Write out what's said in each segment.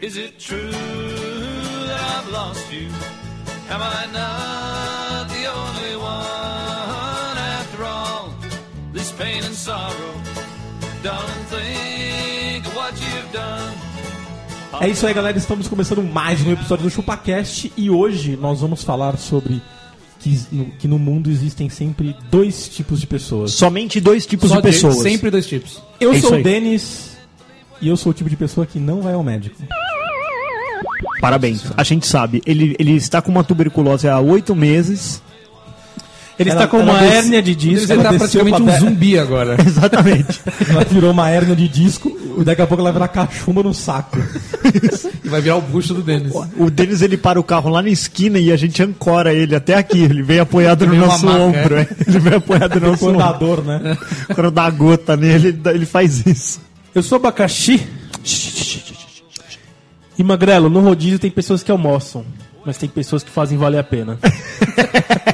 Is it true that I've lost you? Am I not the only one after all? This pain and sorrow, darling, think of what you've done. É isso aí, galera. Estamos começando mais um episódio do ChupaCast e hoje nós vamos falar sobre que, no- que no mundo existem sempre dois tipos de pessoas. Somente dois tipos de pessoas. Sempre dois tipos. Eu É isso sou o aí. Denis e eu sou o tipo de pessoa que não vai ao médico. Parabéns. A gente sabe. Ele, ele está com uma tuberculose há oito meses. Ele está com uma hérnia de disco. Ele Ela tá desceu praticamente um pra- zumbi agora. Exatamente. Ela virou uma hérnia de disco e daqui a pouco ela vai virar cachumba no saco. E vai virar o bucho do Denis. o Denis ele para o carro lá na esquina e a gente ancora ele até aqui. Ele vem apoiado no Ele vem uma nosso maca, ombro. é. é. Ele vem apoiado no nosso Quando dá ombro. dor, um né? Quando dá gota nele, ele, dá- ele faz isso. Eu sou abacaxi. E magrelo, no rodízio tem pessoas que almoçam, mas tem pessoas que fazem valer a pena.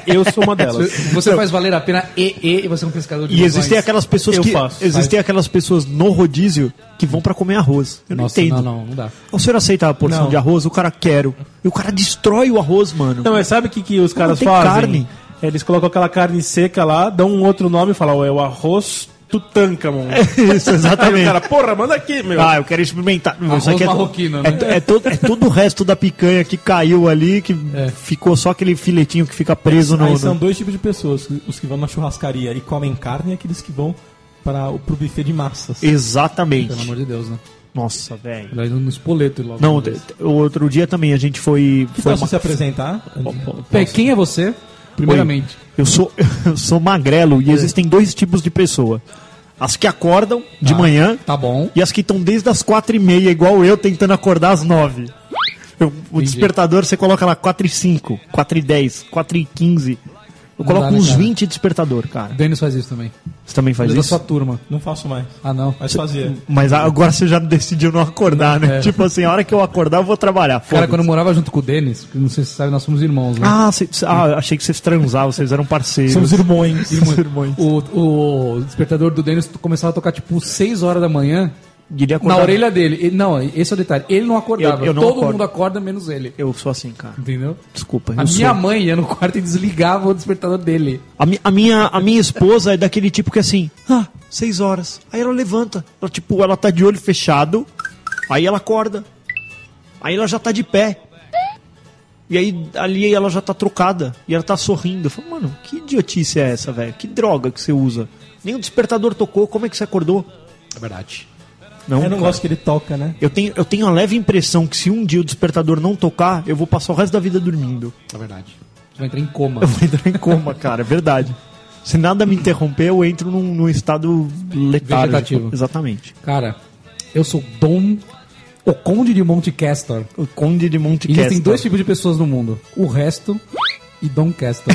Eu sou uma delas. Você faz valer a pena e, e, e você é um pescador de E existem ilusões. aquelas pessoas Eu que faço, existem aquelas pessoas no rodízio que vão pra comer arroz. Eu Nossa, não entendo. não, não, não dá. O senhor aceita a porção Não. de arroz? O cara quero. E o cara destrói o arroz, mano. Não, mas sabe o que, que os caras tem fazem? carne. Eles colocam aquela carne seca lá, dão um outro nome e falam, "Ó, é o arroz Tutankamon. Isso, Aí o exatamente. cara, porra, manda aqui, meu. É. Ah, eu quero experimentar. Não, Arroz isso aqui é, marroquino, é, né? é todo, é todo o resto da picanha que caiu ali, que É. ficou só aquele filetinho que fica preso no. Aí no- são dois tipos de pessoas: os que vão na churrascaria e comem carne e aqueles que vão para o pro buffet de massas. Pelo Exatamente. amor de Deus, né? Nossa, velho. Vai no espoleto logo. Não, t- t- o outro dia também a gente foi. Que foi tal se uma- se apresentar? Pé, quem é você? Primeiramente. Eu sou, eu sou magrelo e existem dois tipos de pessoa: as que acordam de manhã Tá bom. e as que estão desde as quatro e meia, igual eu, tentando acordar às nove. Eu- o despertador você coloca lá 4 e 5, 4 e 10, 4 e 15. Eu Não dá, coloco né, uns cara? 20 despertador, cara. Denis faz isso também. Você também faz Ele é da isso? sua turma. Não faço mais. Ah, não. Mas fazia. Mas a- agora você já decidiu não acordar, né? É. Tipo assim, a hora que eu acordar, eu vou trabalhar. Cara, foda-se. quando eu morava junto com o Denis, que não sei se você sabe, nós somos irmãos, né? Ah, cê- cê- ah, achei que vocês transavam, vocês eram parceiros. Somos irmãos. irmãos. O, o despertador do Denis começava a tocar tipo 6 horas da manhã Ele na acordava- orelha dele. Ele- não, esse é o detalhe. Ele não acordava. Eu- eu não Todo acordo. mundo acorda menos ele. Eu sou assim, cara. Entendeu? Desculpa. eu A sou. minha mãe ia no quarto e desligava o despertador dele. A, mi- a minha, a minha esposa é daquele tipo que assim, ah, seis horas. Aí ela levanta. Ela, tipo, ela tá de olho fechado. Aí ela acorda. Aí ela já tá de pé. E aí ali ela já tá trocada. E ela tá sorrindo. Eu falo, mano, que idiotice é essa, velho? Que droga que você usa? Nem o despertador tocou, como é que você acordou? É verdade. Não, Eu não cara. gosto que ele toca, né? Eu tenho, eu tenho a leve impressão que se um dia o despertador não tocar, eu vou passar o resto da vida dormindo. É verdade. Você vai entrar em coma. Eu vou entrar em coma, cara, é verdade. Se nada me interromper, eu entro num, num estado letárgico. Vegetativo. Exatamente. Cara, eu sou Dom, o Conde de Monte Castor. O Conde de Monte Existem Castor. dois tipos de pessoas no mundo: o resto e Dom Castor.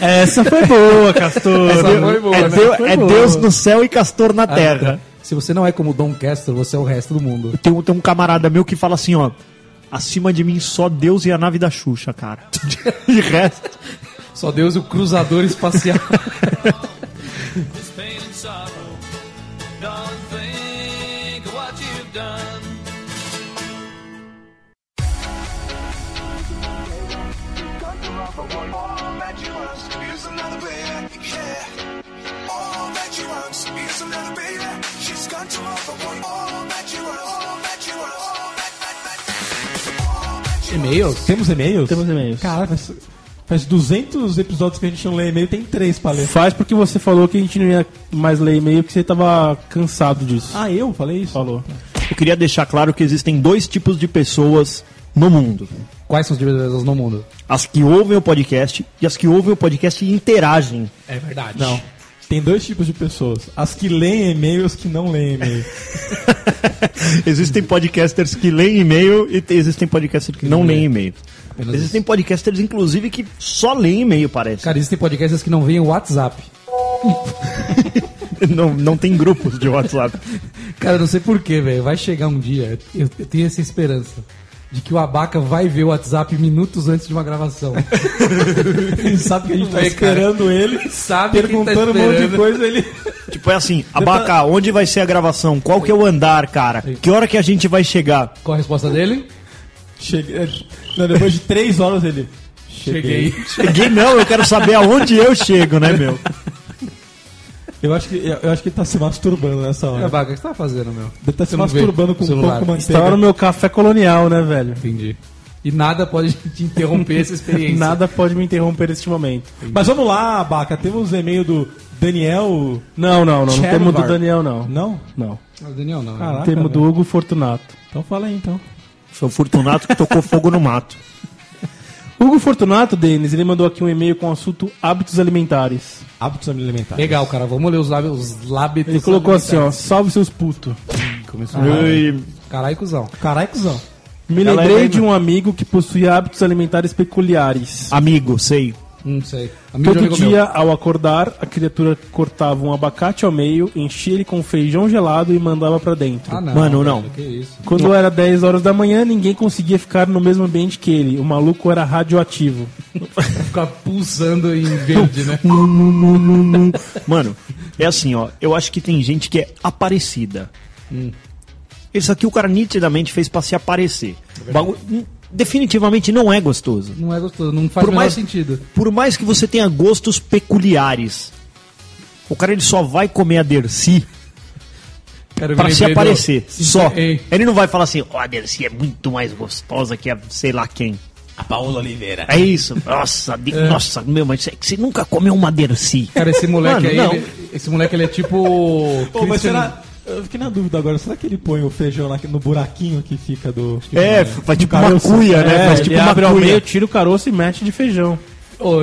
Essa foi boa, Castor. Essa É, foi boa, é né? Deu- Foi é boa. Ah, Deus no céu e Castor na terra. Se você não é como Dom Castor, você é o resto do mundo. Tem, um- tem um camarada meu que fala assim, ó. Acima de mim só Deus e a nave da Xuxa, cara. De resto. Só Deus e o cruzador espacial. This pain and sorrow, darling, think of what you've done. E-mails? Temos e-mails? Temos e-mails. Cara, faz, faz 200 episódios que a gente não lê e-mail, tem três pra ler. Faz porque você falou que a gente não ia mais ler e-mail, que você tava cansado disso. Ah, eu falei isso? Falou. Eu queria deixar claro que existem dois tipos de pessoas no mundo. Quais são os tipos de pessoas no mundo? As que ouvem o podcast e as que ouvem o podcast e interagem É verdade. Não. Tem dois tipos de pessoas. As que leem e-mail e as que não leem e-mail. Existem podcasters que leem e-mail e te- existem podcasters que não leem e-mail. Existem podcasters, inclusive, que só leem e-mail, parece. Cara, existem podcasts que não veem o WhatsApp. Não, não tem grupos de WhatsApp. Cara, eu não sei porquê, velho. Vai chegar um dia, eu, eu tenho essa esperança. De que o Abaca vai ver o WhatsApp minutos antes de uma gravação. Ele sabe que a gente tá Vai, cara. esperando ele, Sabe quem tá perguntando um monte de esperando. coisa, ele. tipo, é assim, Abacá, onde vai ser a gravação? Qual que é o andar, cara? Que hora que a gente vai chegar? Qual a resposta dele? Chega... é, Não, depois de três horas ele. Cheguei. Cheguei não, eu quero saber aonde eu chego, né, meu? Eu acho que, eu acho que ele tá se masturbando nessa Ô, hora. Abaca, o que você tá fazendo, meu? Ele tá se Você não vê masturbando o com um celular. pouco manteiga. Estava no meu café colonial, né, velho? Entendi. E nada pode te interromper essa experiência. Nada pode me interromper neste momento. Mas vamos lá, Baca. Temos e-mail do Daniel. Não, não, não. Não Chervar. temos do Daniel, não. Não? Não. Ah, Daniel, não. Caraca, Temos do velho. Hugo Fortunato. Então fala aí então. Foi o Fortunato que tocou fogo no mato. Hugo Fortunato, Denis, ele mandou aqui um e-mail com o assunto hábitos alimentares. Hábitos alimentares. Legal, cara. Vamos ler os lábios. Os lábios Ele colocou assim, ó, salve seus putos. Começou Ui, Caralho, cuzão. Caralho, cuzão. Me Ela é lembrei bem- de um amigo que possuía hábitos alimentares peculiares. amigo, sei. Não Hum, sei. Amigo Todo de amigo dia, ao acordar, a criatura cortava um abacate ao meio, enchia ele com feijão gelado e mandava pra dentro. meu. Ah, não. Mano, velho, não. Que isso. Quando era 10 horas da manhã, ninguém conseguia ficar no mesmo ambiente que ele. O maluco era radioativo. Ficar pulsando em verde, né? Mano, é assim, ó. Eu acho que tem gente que é aparecida. Hum. Isso aqui o cara nitidamente fez pra se aparecer. Bagu- Definitivamente não é gostoso. É Não é gostoso. Não faz Por o menor mais- sentido. Por mais que você tenha gostos peculiares, o cara ele só vai comer a Dercy Cara, eu pra me se lembrei do- aparecer. Sim, Só. Ei, Ele não vai falar assim, ó, a Dercy é muito mais gostosa que a sei lá quem. A Paola Oliveira. É isso. Nossa, de- É. nossa, meu, mas você- você nunca comeu uma Dercy. Cara, esse moleque Mano, aí, não. ele- esse moleque ele é tipo. Ô, mas Christian- será. Eu fiquei na dúvida agora, será que ele põe o feijão na- no buraquinho que fica do. né? É, faz tipo Cara, uma eu- cuia, né? É, Faz ele tipo uma abre ao meio, cuia. tira o caroço e mete de feijão. Ô,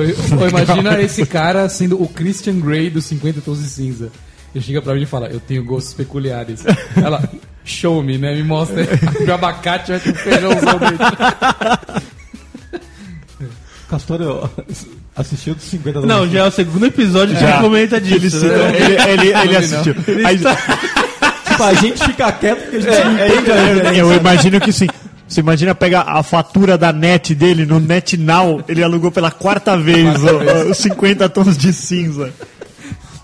eu- ô, imagina esse cara sendo o Christian Grey dos 50 Tons de Cinza. Ele chega pra mim e fala, eu tenho gostos peculiares. Ela, show me, né? Me mostra o abacate vai ter um feijãozão dentro. Castor eu- assistiu dos 50 Não, já é o segundo episódio que É. ele comenta Ele, disso. se- né? tá- ele, ele- ele Não vi, não. assistiu. Aí- Tipo, a gente fica quieto porque a gente não É, entende. né? a referência. eu imagino que sim. Você imagina pegar a fatura da net dele no NetNow, ele alugou pela quarta vez ó, ó, 50 tons de cinza.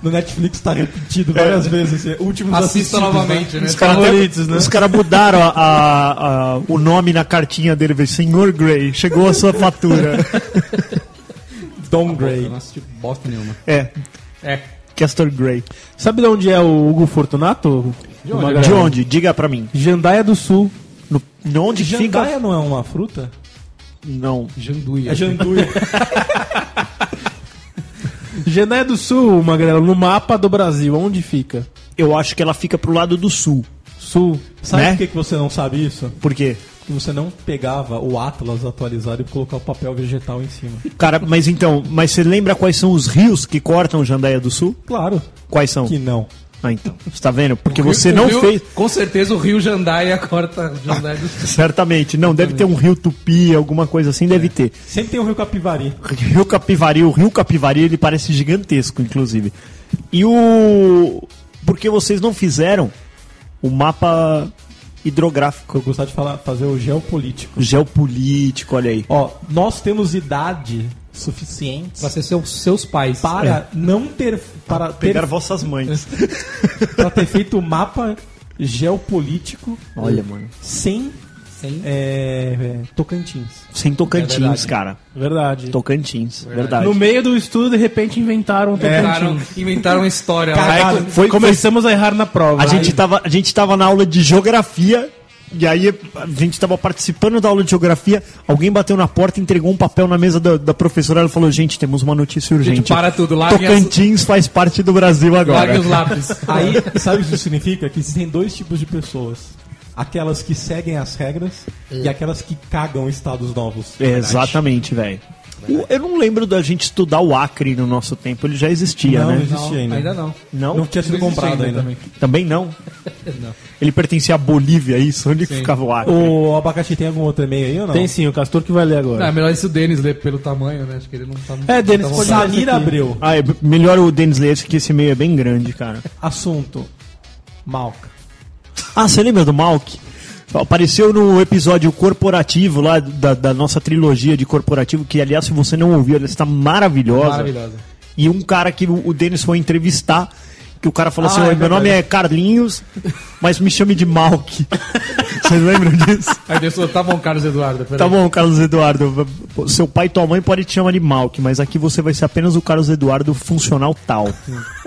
No Netflix tá repetido várias vezes. Assim, últimos Assista assistidos, novamente, né? Os caras até- Favoritos, né? os caras mudaram a- a- a- o nome na cartinha dele, veio Senhor Grey, chegou a sua fatura. Né? Don é Eu Gray. não assisti bosta nenhuma. É, É. Castor Grey. Sabe de onde é o Hugo Fortunato? Uma De galera. onde? Diga pra mim. Jandaia do Sul. No, no onde Jandaia fica? não é uma fruta? Não. Janduia. É janduia. Jandaia do Sul, uma galera, no mapa do Brasil. Onde fica? Eu acho que ela fica pro lado do sul. Sul. Sabe Né? por que, que você não sabe isso? Por quê? Que você não pegava o Atlas atualizado e colocar o papel vegetal em cima. Cara, mas então, mas você lembra quais são os rios que cortam Jandaia do Sul? Claro Quais são? que não. Ah, então. Você tá vendo? Porque O Rio- você o não Rio- fez. Com certeza o Rio tá- Jandaia corta Jandaia do Sul. Certamente. Não, deve ter um rio tupi, alguma coisa assim, deve ter. Sempre um tem o Rio Capivari. Rio Capivari, o rio Capivari, ele parece gigantesco, inclusive. E o. Por que vocês não fizeram o mapa hidrográfico? Eu gostava de falar, fazer o geopolítico. Geopolítico, olha aí. Ó, nós temos idade suficiente Pra ser seus, seus pais. para não ter para ter, Pegar vossas mães. para ter feito o mapa geopolítico Olha, mano. sem Sem... é, é, Tocantins. Sem É Tocantins, verdade. cara. Verdade. Tocantins, verdade. No meio do estudo, de repente, inventaram o Inventaram, Tocantins. É. inventaram uma história Aí, lá. foi, foi Começamos a errar na prova. A gente, tava, a gente tava na aula de geografia, e aí a gente tava participando da aula de geografia, alguém bateu na porta, entregou um papel na mesa da, da professora, ela falou, gente, temos uma notícia urgente. tipo, para tudo, larguem as- Tocantins faz parte do Brasil agora. Largue os lápis. Aí, sabe o que isso significa? Que existem dois tipos de pessoas. Aquelas que seguem as regras e aquelas que cagam estados novos. É, exatamente, velho. O- Eu não lembro da gente estudar o Acre no nosso tempo, ele já existia, Não, né? não existia ainda. Ainda não. Não? Não tinha sido existe comprado ainda. também. Também não. Não. Ele pertencia à Bolívia, é isso? Onde que ficava o Acre? O abacaxi tem algum outro e-mail aí ou não? Tem sim, o Castor que vai ler agora. Não, é melhor isso o Denis ler pelo tamanho, né? Acho que ele não tá muito. É, Denis, tá pode vontade. Samir Abreu. Ah, é b- melhor o Denis ler esse, que esse meio é bem grande, cara. Assunto. Malca. Ah, você lembra do Malk? Apareceu no episódio corporativo lá da, da nossa trilogia de corporativo, que aliás, se você não ouviu, ela está maravilhosa. Maravilhosa. E um cara que o, o Denis foi entrevistar, que o cara falou Ah, assim: "Oi, é meu verdade. nome é Carlinhos, mas me chame de Malk. Vocês lembram disso? Aí Deus falou, tá bom, Carlos Eduardo. Peraí. Tá bom, Carlos Eduardo. pô, Seu pai e tua mãe podem te chamar de Malk, mas aqui você vai ser apenas o Carlos Eduardo funcional tal.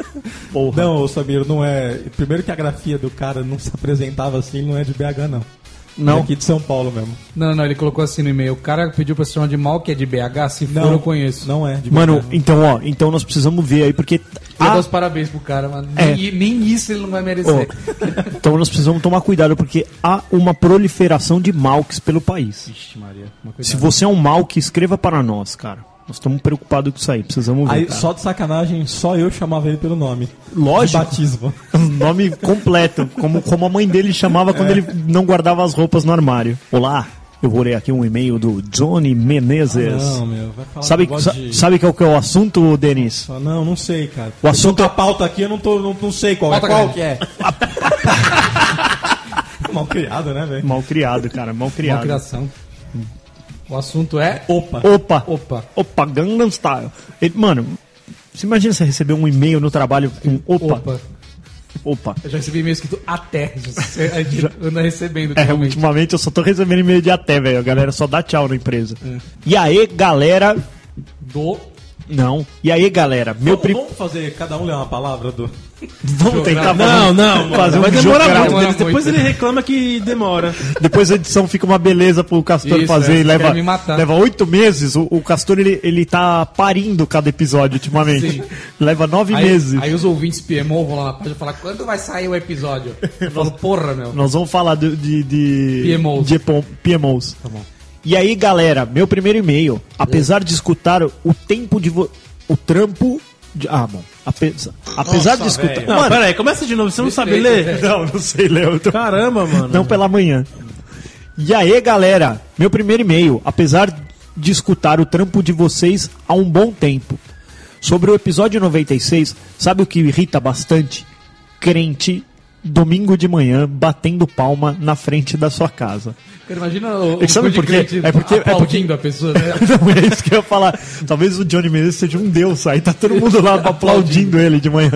Porra. Não, ô, Samir, não é. Primeiro que a grafia do cara não se apresentava assim, ele não é de BH, não. Não. É aqui de São Paulo mesmo. Não, não, ele colocou assim no e-mail. O cara pediu pra se chamar de mal, que é de BH, se for eu conheço. Não é. de Mano, BH. então, ó, então nós precisamos ver aí, porque. Queria a- Ah. dar os parabéns pro cara, mas É. nem, nem isso ele não vai ó, merecer. então nós precisamos tomar cuidado, porque há uma proliferação de Malks pelo país. Vixe, Maria. uma coisa- Se você é um Malk, escreva para nós, cara. Nós estamos preocupados com isso aí, precisamos ver. Aí, cara. só de sacanagem, só eu chamava ele pelo nome. Lógico. De batismo. Nome completo, como, como a mãe dele chamava quando ele não guardava as roupas no armário. Olá, eu vou ler aqui um e-mail do Johnny Menezes. meu, vai falar sabe, um negócio sa- de- sabe qual que é o assunto, Denis? Fala, Não, não sei, cara. O assunto Eu tô com é- a pauta aqui, eu não, tô, não, não sei qual Pauta é. Qual grande. que é? Mal criado, né, velho? Mal criado, cara, mal Uma criado. criação. O assunto é. Opa. Opa, Opa. opa, Gangnam Style. Ele- mano, você imagina você receber um e-mail no trabalho com opa, opa. Opa. Eu já recebi e-mail escrito até. A gente anda recebendo. É, ultimamente. ultimamente eu só tô recebendo e-mail de até, velho. A galera só dá tchau na empresa. E aí, galera... Do. Não. E aí, galera, meu Vamos- primo... Vamos fazer, cada um ler uma palavra do... Vamos tentar né? Não, fazer- não, fazer um vai jogo demorar muito. né? Demora Denis. Depois muito. ele reclama que demora. Depois a edição fica uma beleza pro Castor Isso, fazer é, e leva, quer me matar. leva oito meses. O, o Castor ele, ele tá parindo cada episódio ultimamente. Sim. Leva nove Aí, meses. aí os ouvintes PMO vão lá na página falar quando vai sair o episódio. Eu falo, porra, meu. Nós vamos falar do- de. de PMOs. de epo- PMOs. E aí, galera, meu primeiro e-mail. Apesar de escutar o o tempo de. vo- O trampo. De, ah, bom. Apesar, apesar de escutar. velho. Não, Não, pera aí, começa de novo, você não sabe Respeita, ler? velho. Não, não sei, Léo. eu tô- Caramba, mano. Não pela manhã. E aí, galera, meu primeiro e-mail, apesar de escutar o trampo de vocês há um bom tempo. Sobre o episódio 96, sabe o que irrita bastante? Crente, domingo de manhã, batendo palma na frente da sua casa. Cara, imagina o, E sabe o por quê? é É porque- é porque- aplaudindo a pessoa, né? Não é isso que eu ia falar. Talvez o Johnny Menezes seja um deus, aí tá todo mundo lá aplaudindo ele de manhã.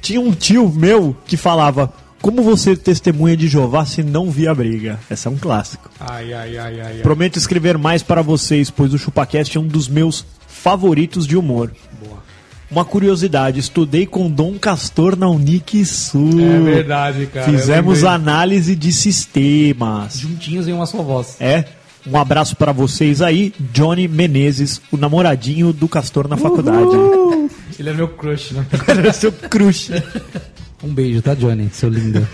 Tinha um tio meu que falava: Como você testemunha de Jeová se não via briga? Essa é um clássico. Ai, ai, ai, ai. ai. Prometo escrever mais para vocês, pois o ChupaCast é um dos meus favoritos de humor. Uma curiosidade, estudei com Dom Castor na Unique Sul. É verdade, cara. Fizemos a análise de sistemas. Juntinhos em uma só voz. É. Um abraço para vocês aí, Johnny Menezes, o namoradinho do Castor na faculdade. Ele é meu crush, né? Era seu crush. Um beijo, tá, Johnny? Seu lindo.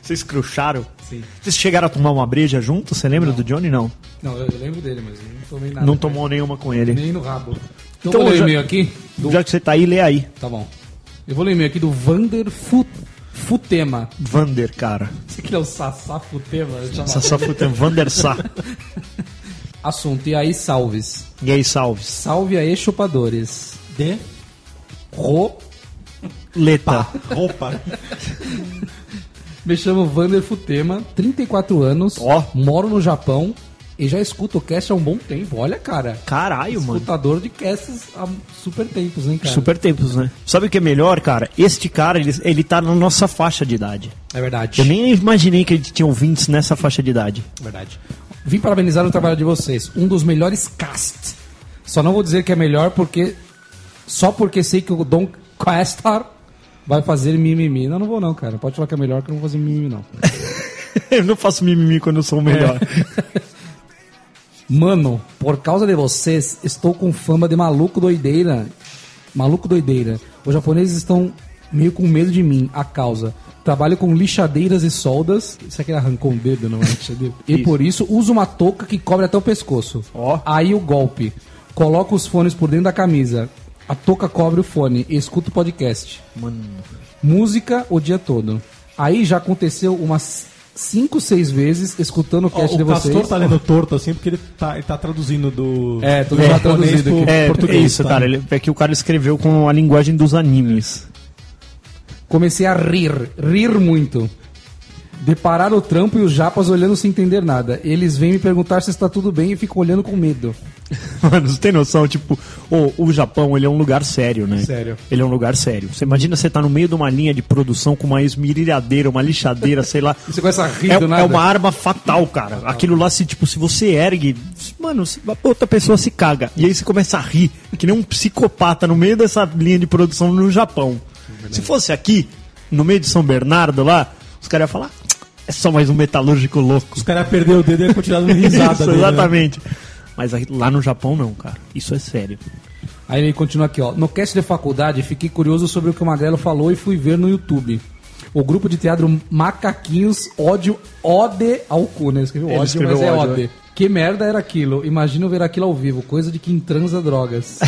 Vocês cruxaram? Sim. Vocês chegaram a tomar uma breja junto? Você lembra do Johnny? Não. Não, eu lembro dele, mas não tomei nada. Não cara. tomou nenhuma com ele. Nem no rabo. Então, Então, eu vou ler já- o e-mail aqui. Do... Já que você tá aí, lê aí. Tá bom. Eu vou ler o e-mail aqui do Vander Fu- Futema. Vander, cara. Você que é o Sassá Futema? Eu chamava. Sassá Futan, Vander Sá. Assunto, e aí, salves. E aí, salves. Salve aí, chupadores. De Ro. Leta. roupa. Me chamo Vander Futema, 34 anos. Ó. Moro no Japão e já escuto o cast há um bom tempo. Olha, cara. Caralho, mano. Escutador de casts há super tempos, hein, cara? Super tempos, né? Sabe o que é melhor, cara? Este cara, ele, ele tá na nossa faixa de idade. É verdade. Eu nem imaginei que ele tinha ouvintes nessa faixa de idade. Verdade. Vim parabenizar o trabalho de vocês. Um dos melhores cast. Só não vou dizer que é melhor porque. Só porque sei que o Don Castar vai fazer mimimi. Não, não vou não, cara. Pode falar que é melhor que eu não vou fazer mimimi, não. Eu não faço mimimi quando eu sou o melhor. Mano, por causa de vocês, estou com fama de maluco doideira. Maluco doideira. Os japoneses estão meio com medo de mim. A causa. Trabalho com lixadeiras e soldas. Será que ele arrancou um dedo, não é? Lixadeira? e por isso, uso uma touca que cobre até o pescoço. Ó. Aí o golpe. Coloco os fones por dentro da camisa. A touca cobre o fone. E escuto o podcast. Música o dia todo. Aí já aconteceu umas 5, 6 vezes escutando o Ó, cast de o vocês. pastor tá lendo torto assim porque ele tá, ele tá traduzindo do. É, tô do já japonês traduzido pro aqui. É, português. é isso, tá? cara. Ele, é que o cara escreveu com a linguagem dos animes. Comecei a rir, rir muito. Deparar o trampo e os japas olhando sem entender nada. Eles vêm me perguntar se está tudo bem e ficam olhando com medo. Mano, você tem noção? Tipo, ô, o Japão, ele é um lugar sério, né? Sério. Ele é um lugar sério. Você imagina você tá no meio de uma linha de produção com uma esmerilhadeira, uma lixadeira, sei lá. Você começa a rir É, do é nada. uma arma fatal, cara. Aquilo lá, se, tipo, se você ergue, mano, se- a outra pessoa se caga. E aí você começa a rir, que nem um psicopata no meio dessa linha de produção no Japão. Se fosse aqui, no meio de São Bernardo lá, os caras iam falar, "Tsk, é só mais um metalúrgico louco. Os caras perderam o dedo e ele continuaram dando risada. Isso, dele, né? exatamente. Mas aí, lá no Japão não, cara. Isso é sério. Aí ele continua aqui, ó. No cast de faculdade, fiquei curioso sobre o que o Magrelo falou e fui ver no YouTube. O grupo de teatro Macaquinhos Ódio Ode ao Cu, né? Escreveu Ele ódio, escreveu mas é ódio, Ode. né? Que merda era aquilo? Imagino ver aquilo ao vivo, coisa de quem transa drogas.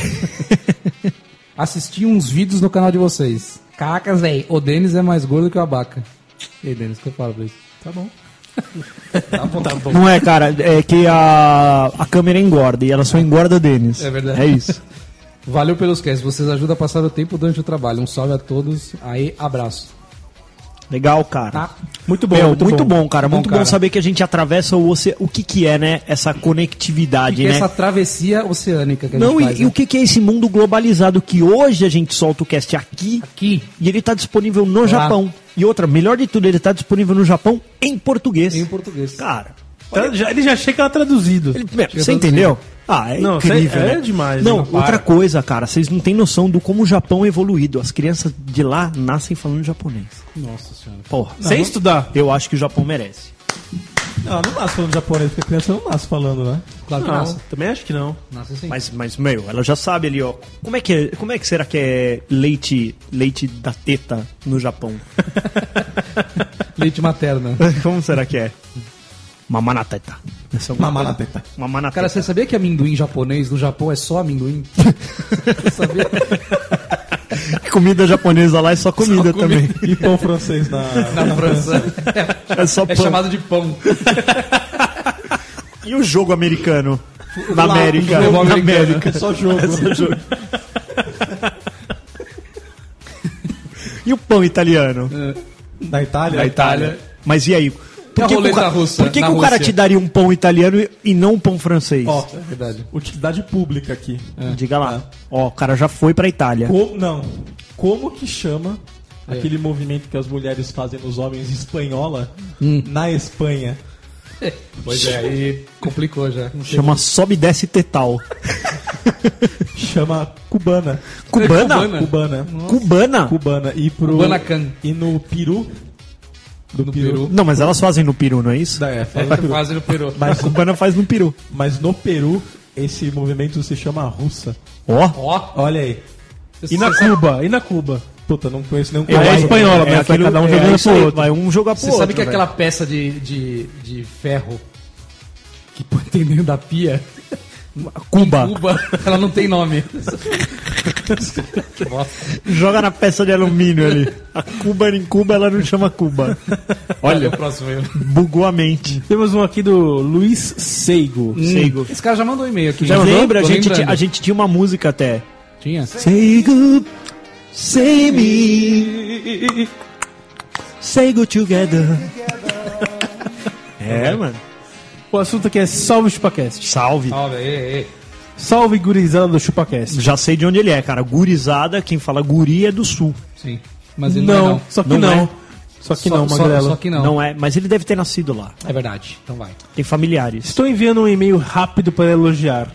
Assisti uns vídeos no canal de vocês. Cacas, véi, o Denis é mais gordo que o Abaca. E aí, Denis, o que eu falo pra isso? Tá bom. tá bom, tá bom. Não é, cara, é que a, a câmera engorda e ela só engorda deles. É verdade. É isso. Valeu pelos casts, vocês ajudam a passar o tempo durante o trabalho. Um salve a todos, aí abraço. Legal, cara. Tá. Muito bom, Meu, muito muito, bom. cara. Bom, muito cara. bom saber que a gente atravessa o oce... o que que é, né? Essa conectividade, que é né? essa travessia oceânica que a Não, gente e, faz, e né? o que que é esse mundo globalizado que hoje a gente solta o cast aqui Aqui, e ele tá disponível no Japão. E outra, melhor de tudo, ele tá disponível no Japão em português. em português. Cara, Tá- já- ele já chega lá traduzido. Ele- meu, você entendeu? Ah, é Não, incrível. cê- é né? demais, Não, né? outra coisa, cara, vocês não têm noção do como o Japão é evoluído. As crianças de lá nascem falando japonês. Nossa senhora. Porra. Sem estudar. Eu acho que o Japão merece. Não, não nasce falando japonês, porque criança não nasce falando, né? Claro que Não, nasce. também acho que não. Nasce assim. Mas, mas, meu, ela já sabe ali, ó. Como é que, é- como é que será que é leite, leite da teta no Japão? Leite materna. como será que é? Mamá na teta. Essa é uma- Mamar na teta. Mamá na Cara, teta. você sabia que amendoim japonês no Japão é só amendoim? Você sabia? Comida japonesa lá é só comida também. E pão francês na. Na França. É só É pão. chamado de pão. E o jogo americano? Na América. futebol Na americano. América. Só jogo. E o pão italiano? Na Itália? É, Na Itália. É Mas e aí? Por que, a que, o, roleta ca- russa por que, na que o cara Rússia? te daria um pão italiano e- e não um pão francês? Ó, É verdade. utilidade pública aqui. Diga É. lá. Ó, o cara já foi pra Itália. Como, não. Como que chama aquele movimento que as mulheres fazem nos homens espanhola na Espanha? Pois é, aí complicou já. Chama Sobe e Desce Tetal. Chama cubana. Cubana? cubana. Cubana. Cubana? Cubana. E pro. Cubana can. E no Peru. Do No Peru. Não, mas elas fazem no peru, não é isso? Da, é, É, fala no Peru. quase no Peru. A Mas, cubana faz no peru. mas no Peru, esse movimento se chama russa. Ó. Ó, Olha aí. E na você Cuba, e na Cuba. Puta, não conheço nenhum É a espanhola, mas vai aquilo- cada um é jogando isso pro aí, outro. Vai um jogar pro sabe, você outro. sabe que é velho. aquela peça de, de, de ferro que põe dentro da pia Cuba. Cuba, ela não tem nome. que bosta. Joga na peça de alumínio ali. A Cuba em Cuba, ela não chama Cuba. Olha o próximo aí. Bugou a mente. Temos um aqui do Luiz Seigo. Seigo. Esse cara já mandou um e-mail aqui. Já lembra? A Tô gente, ti- lembrando. a gente tinha uma música até. tinha? Say good, say me. Say good together. É, mano. O assunto aqui é Salve Chupacast. Salve. Salve, ei, ei. Salve gurizada do Chupacast. Já sei de onde ele é, cara. Gurizada, quem fala guri é do sul. Sim. Mas ele não, é, não. só que Não não. é. Só que Só- não, só- Magrela. Só que não. Não. é, mas ele deve ter nascido lá. É verdade. Então vai. Tem familiares. Estou enviando um e-mail rápido para elogiar.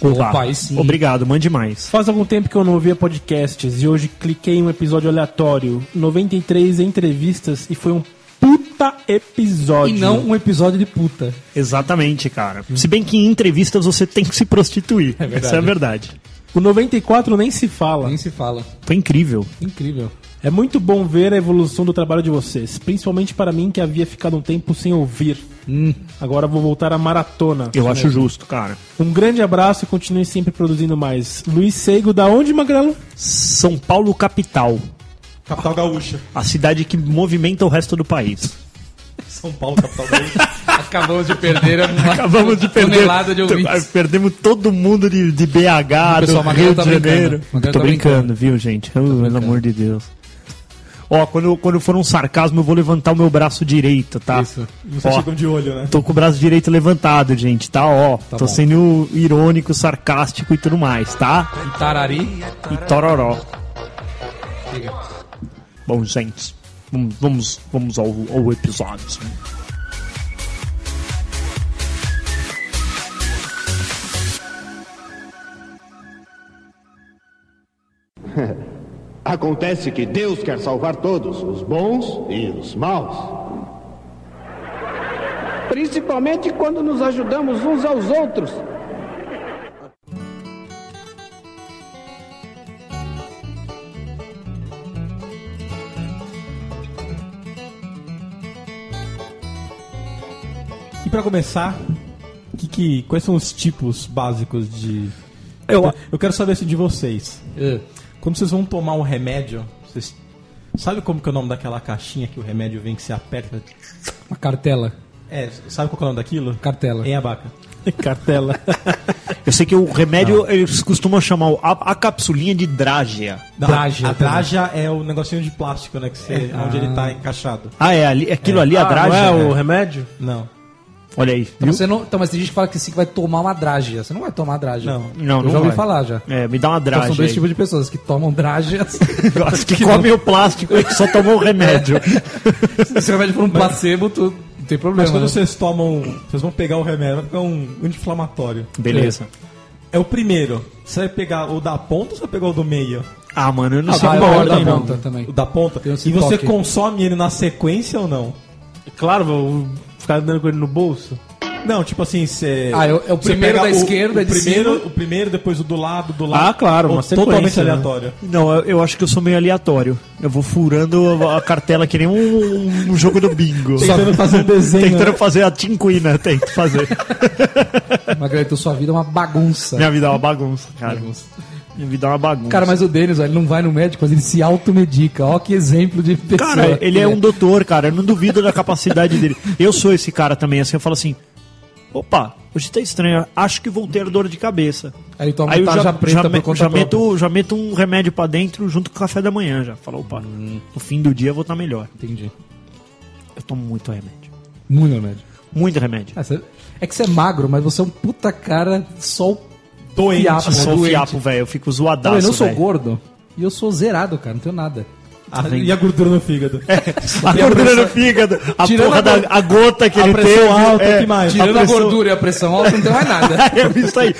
Opa, Opa. aí sim. Obrigado, mande mais. Faz algum tempo que eu não ouvia podcasts e hoje cliquei em um episódio aleatório, 93 entrevistas e foi um puta E episódio. não um episódio de puta. Exatamente, cara. Se bem que em entrevistas você tem que se prostituir. verdade. Essa é a verdade. O 94 nem se fala. Nem se fala. Foi incrível. Incrível. É muito bom ver a evolução do trabalho de vocês, principalmente para mim que havia ficado um tempo sem ouvir. Agora vou voltar à maratona. Eu acho justo, cara. Um grande abraço e continue sempre produzindo mais. Luiz Seigo, da onde, Magrelo? São Paulo, capital. Capital Gaúcha. A cidade que movimenta o resto do país. São Paulo, capital Gaúcha. Acabamos de perder uma Acabamos de perder. tonelada de ouvintes. Perdemos todo mundo de, de BH, Pessoal, do Magrelo Rio tá de brincando. Janeiro. Magrelo Tô tá brincando, brincando. viu, gente? Oh, pelo amor de Deus. Ó, quando, quando for um sarcasmo, eu vou levantar o meu braço direito, tá? Isso. Vocês Ó, ficam de olho, né? tô com o braço direito levantado, gente, tá? Ó, tô bom. sendo irônico, sarcástico e tudo mais, tá? E Um Tarari. E tororó. Diga. Bom, gente, vamos, vamos, vamos ao, ao episódio. sim. Acontece que Deus quer salvar todos, os bons e os maus. Principalmente quando nos ajudamos uns aos outros. E pra começar, que, que, quais são os tipos básicos de. Eu- eu quero saber assim, de vocês. Eh, Quando vocês vão tomar um remédio, vocês. Sabe como que é o nome daquela caixinha que o remédio vem que você aperta? Uma cartela. É, sabe qual que é o nome daquilo? Cartela. Em abaca. Cartela. Eu sei que o remédio, eles costumam chamar o- a, a capsulinha de drágia. Não, Draja. A draja é o negocinho de plástico, né? Que você, Onde ele tá encaixado. É. Ah, é, ali, aquilo ali, a drágia. Ah, É. não é o né? remédio? Não. Olha aí, viu? Então, você não, então, mas tem gente que fala que você vai tomar uma dragia. Você não vai tomar dragia. Não. Não, Eu não já ouvi vai. falar já. É, me dá uma Então, drágia. são dois aí. tipos de pessoas que tomam dragias. As que comem o plástico e que só tomam o remédio. Se o remédio for um placebo, tu, não tem problema. Mas quando né? vocês tomam. um- Vocês vão pegar o remédio, vai ficar um anti-inflamatório. Beleza. É o primeiro. Você vai pegar o da ponta ou você vai pegar o do meio? Ah, mano, eu não Ah, sei vai, qual vai, ordem, vai, não. vai. Ponta também. O da ponta. um Tem esse E você toque. consome ele na sequência ou não? Claro, vou ficar andando com ele no bolso. Não, tipo assim, você. Ah, é o- é o você primeiro da pega esquerda, o de primeiro, cima. O primeiro, depois o do lado, do lado. Ah, claro, uma Ou sequência, Totalmente né? aleatório. Não, eu, eu acho que eu sou meio aleatório. Eu vou furando a, a cartela que nem um, um jogo do bingo. Tentando fazer um desenho. né? Tentando fazer a tinquina, tento fazer. Magrelo, então sua vida é uma bagunça. Minha vida é uma bagunça, cara. Bagunça. Minha vida é uma bagunça. Cara, mas o Denis, ó, ele não vai no médico, mas ele se automedica. Ó, que exemplo de pessoa. Cara, ele que é um doutor, cara. Eu não duvido da capacidade dele. Eu sou esse cara também, assim. Eu falo assim: opa, hoje tá estranho. Acho que vou ter dor de cabeça. Aí toma Aí eu já, tarja tá preta já, me- por conta já, própria. meto, já meto um remédio pra dentro junto com o café da manhã. Já falo: opa, no fim do dia eu vou estar melhor. Entendi. Eu tomo muito remédio. Muito médico. Muito remédio. Ah, você- É que você é magro, mas você é um puta cara só É, Doente. fiapo. Eu sou doente. fiapo, velho. Eu fico zoadaço. Não, eu não sou velho. Tá gordo. E eu sou zerado, cara. Não tenho nada. Ah, e a gordura no fígado. É, A gordura no fígado, a Tirando porra a da gor- a gota que a ele pressão teve. é. alta, que mais? Tirando a, pressão- gordura e a pressão alta, não tenho mais nada. É isso aí.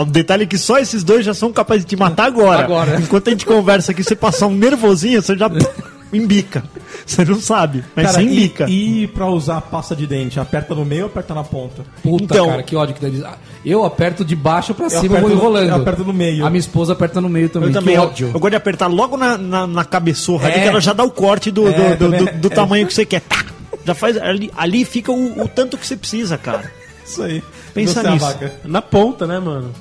O detalhe é que só esses dois já são capazes de te matar agora. Agora. Enquanto a gente conversa aqui, você passar um nervosinho, você já embica. Você não sabe, mas Cara, você e, embica. e pra usar pasta de dente? Aperta no meio ou aperta na ponta? Puta, Então- cara, que ódio que Denis. Ah, Eu aperto de baixo pra cima, eu aperto vou no- enrolando. eu aperto no meio. A minha esposa aperta no meio também. Eu também que eu, ódio. eu gosto de apertar logo na, na, na cabeçorra ali, É. que ela já dá o corte do, do- É, do, também- do- do é. tamanho que você quer. Tá! Já faz. Ali, ali fica o, o tanto que você precisa, cara. Isso aí. Pensa é a nisso. vaca. Na ponta, né, mano?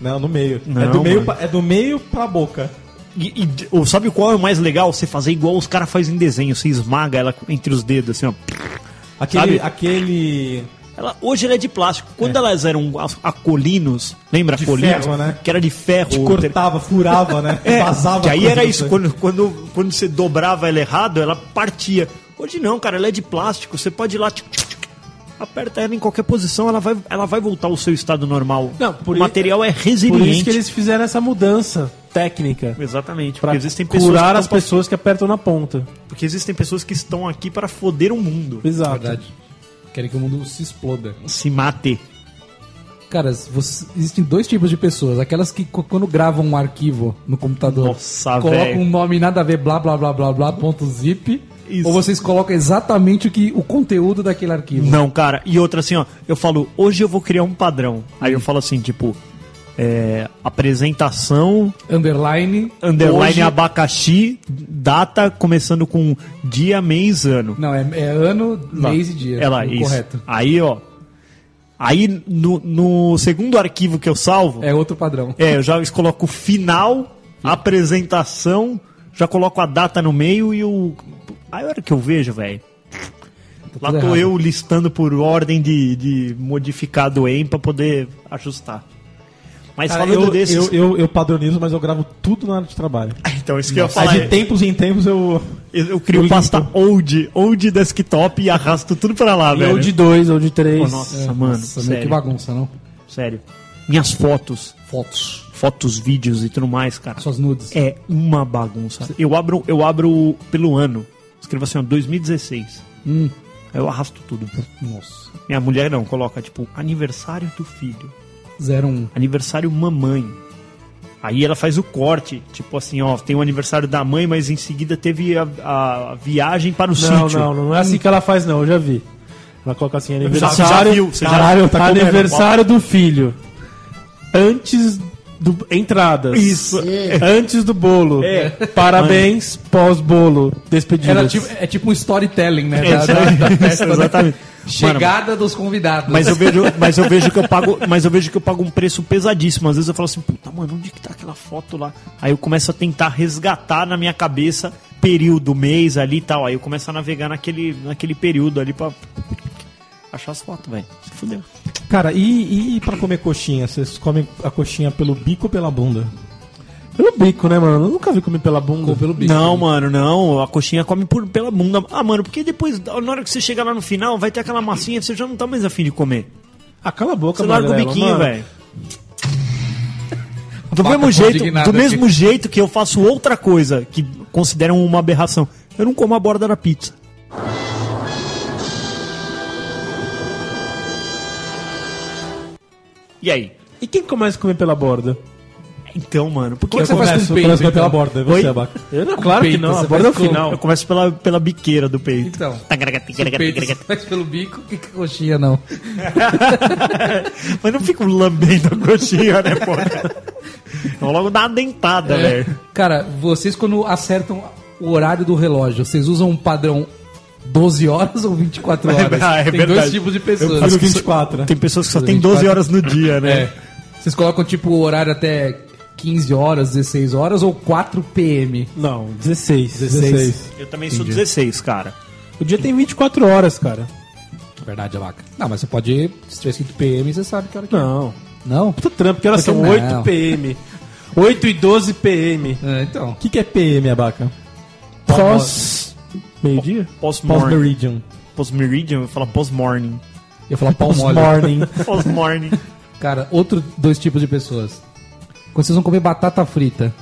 Não, no meio. é, Não, do meio mano. pra, é do meio pra boca. E, e d- o- sabe qual é o mais legal? Você fazer igual os caras fazem em desenho, você esmaga ela entre os dedos, assim, ó. Aquele. Sabe? aquele... Ela, hoje ela é de plástico. Quando elas eram a- acolinos, lembra De acolinos? ferro, né? Que era de ferro. Te te- cortava, furava, né? É, Vazava. que aí coisa era do isso, sangue. quando, quando, quando você dobrava ela errado, ela partia. Hoje não, cara, ela é de plástico, você pode ir lá. tchuc, tchuc, tchuc, aperta ela em qualquer posição, ela vai, ela vai voltar ao seu estado normal. Não, por o i- material é Por resiliente. isso que eles fizeram essa mudança técnica. Exatamente, Pra porque existem, pessoas curar que as estão pra- pessoas que apertam na ponta. porque existem pessoas que estão aqui para foder o mundo. Exato. Verdade. Querem que o mundo se exploda. Se mate. Cara, você- existem dois tipos de pessoas. Aquelas que, co- quando gravam um arquivo no computador, Nossa, colocam velho. um nome nada a ver, blá blá blá blá blá, ponto zip. Isso. Ou vocês colocam exatamente o, que, o conteúdo daquele arquivo. Não, cara. E outra assim, ó. Eu falo, hoje eu vou criar um padrão. Aí eu falo assim, tipo, é, apresentação, Underline. underline hoje- abacaxi, data começando com dia, mês, ano. Não, é, é ano, Lá. mês e dia. É lá, Tudo isso. Correto. Aí, ó. Aí, no, no segundo arquivo que eu salvo, é. É outro padrão. eu já coloco final, apresentação, já coloco a data no meio e o. Aí, a hora que eu vejo, velho. Lá tô Tá errado. eu listando por ordem de, de modificado em pra poder ajustar. Mas Cara, falando eu, desses. eu, eu, eu padronizo, mas eu gravo tudo na área de trabalho. Então, isso que eu ia Aí falar. de tempos em tempos eu. Eu, eu crio pasta old, old desktop e arrasto tudo pra lá, ou velho. de dois, ou de três. Pô, nossa, mano. É, Nossa, meu, sério, que bagunça, não? sério. Minhas fotos, Fotos. fotos, vídeos e tudo mais, cara. Suas nudes. É uma bagunça. Eu abro, eu abro pelo ano. Escrevo assim, ó, 2016. Aí eu arrasto tudo. Nossa. Minha mulher não, coloca tipo aniversário do filho, 01. aniversário mamãe. Aí ela faz o corte, tipo assim, ó, tem o aniversário da mãe, mas em seguida teve a, a viagem para o Não, sítio. não, não é assim que ela faz, não, eu já vi. Ela coloca assim, aniversário. já viu, você já- caralho, tá correndo. aniversário do filho. Antes do. Entradas. Isso. Antes do bolo. É. Parabéns, pós-bolo. Despedidas. Era tipo, é tipo um storytelling, né? Da- da- Exatamente. da festa, né? Exatamente. Mano, Chegada dos convidados. mas eu vejo, mas eu vejo que eu pago, mas eu vejo que eu pago um preço pesadíssimo. Às vezes eu falo assim, puta, mano, onde que tá aquela foto lá? Aí eu começo a tentar resgatar na minha cabeça período, mês ali e tal. Aí eu começo a navegar naquele, naquele período ali pra achar as fotos, velho. Se fudeu. Cara, e, e pra comer coxinha? Vocês comem a coxinha pelo bico ou pela bunda? Pelo bico, né, mano? Eu nunca vi comer pela bunda. Ou pelo bicho. Não, mano, não. A coxinha come por, pela bunda. Ah, mano, porque depois, na hora que você chegar lá no final, vai ter aquela massinha, você já não tá mais afim de comer. Ah, cala a boca, Você larga o Magrelo, biquinho, mano. velho. Do Vaca mesmo, ficou jeito, indignada do mesmo jeito que eu faço outra coisa que consideram uma aberração. Eu não como a borda da pizza. E aí? E quem começa a comer pela borda? Então, mano, porque Como é eu, que você faz com o eu peito, começo a comer pela então? borda, você, Oi? é Abaca. Eu não, claro peito, que não. A você borda é o faz como? final. eu começo pela, pela biqueira do peito. Então. Tagaragata, Se o tagaragata, peito tagaragata. faz pelo bico, que que coxinha não? Mas não fico lambendo a coxinha, né, pô? Então logo dá uma dentada, É. velho. Cara, vocês quando acertam o horário do relógio, vocês usam um padrão 12 horas ou 24 horas? Ah, é Tem dois verdade. tipos de Eu pessoas. faço Pelo 24, né? Tem pessoas que só tem 12 horas no dia, né? É. Vocês colocam tipo o horário até 15 horas, 16 horas ou 4 PM? Não, 16. 16. 16. Eu também sou 16, cara. O dia tem 24 horas, cara. Verdade, vaca. Não, mas você pode ir, se tiver escrito PM, você sabe que hora que é. Não. Não? Puta trampo, que horas Porque são? não. 8 PM. 8 e 12 PM. É, então. O que, que é PM, Abaca? Pós. Meio-dia? Pós-morning. Pós-meridian. Pós-meridian, eu falo pós-morning. Eu ia falar pau mole. Morning. Pós-morning. Tá Cara, outro dois tipos de pessoas. Quando vocês vão comer batata frita,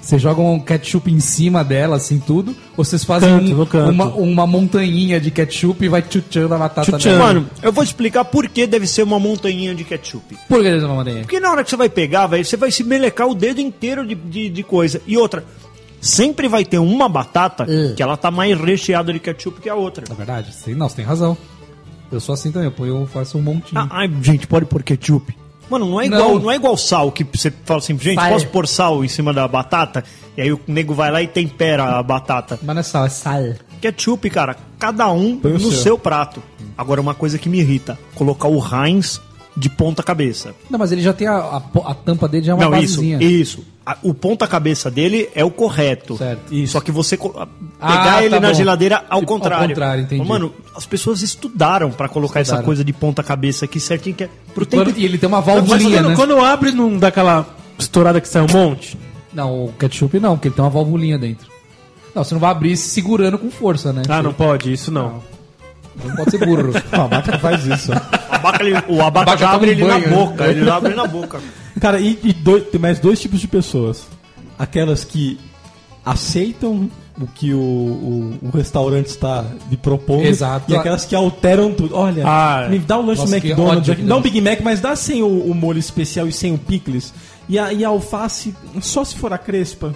vocês jogam um ketchup em cima dela, assim, tudo? Ou vocês fazem Canto, um- vou canto. uma, uma montanhinha de ketchup e vai tchutchando a batata Tchutchando. dela? Mano, eu vou te explicar por que deve ser uma montanhinha de ketchup. Por que eles não mandam aí? Porque na hora que você vai pegar, velho, você vai se melecar o dedo inteiro de, de, de coisa. E outra, sempre vai ter uma batata É. que ela tá mais recheada de ketchup que a outra. Na É verdade, sim, não, você tem razão. Eu sou assim também, eu ponho- eu faço um montinho. Ah, ai, gente, pode pôr ketchup. Mano, não é Não. igual, não. é igual sal que você fala assim, gente, Sal. posso pôr sal em cima da batata? E aí o nego vai lá e tempera a batata. Mas não é sal, é sal. Ketchup, cara, cada um o no seu. seu. prato. Agora, uma coisa que me irrita: colocar o Heinz de ponta-cabeça. Não, mas ele já tem a, a, po- a tampa dele já é uma Não, isso, basezinha. isso. A- O ponta-cabeça dele é o correto. Certo. Isso. Só que você co- a- Ah, pegar tá ele na bom. geladeira ao Ao contrário. contrário, entendi. Mano, as pessoas estudaram pra colocar essa Estudaram. coisa de ponta-cabeça aqui certinho, que é pro tempo. Quando- e ele tem uma Mas válvulinha, quando, né? quando abre, não dá aquela estourada que sai um monte? Não, o ketchup não, porque ele tem uma válvulinha dentro. Não, você não vai abrir se segurando com força, né? Ah, não pode, isso não. Não pode ser burro. Não, Abaca faz isso. O abaca, ele- o abaca Abaca já toma abre um ele na banho, né? boca. Ele abre na boca. Cara, e, e dois- tem mais dois tipos de pessoas. Aquelas que aceitam o que o, o- o restaurante está lhe propondo. Exato. E aquelas que alteram tudo. Olha, Ah, me dá o lanche nossa, que McDonald's ódio aqui. um que Não deve Big Mac, mas dá sem o, o molho especial e sem o pickles. E a, e a alface, só se for a crespa.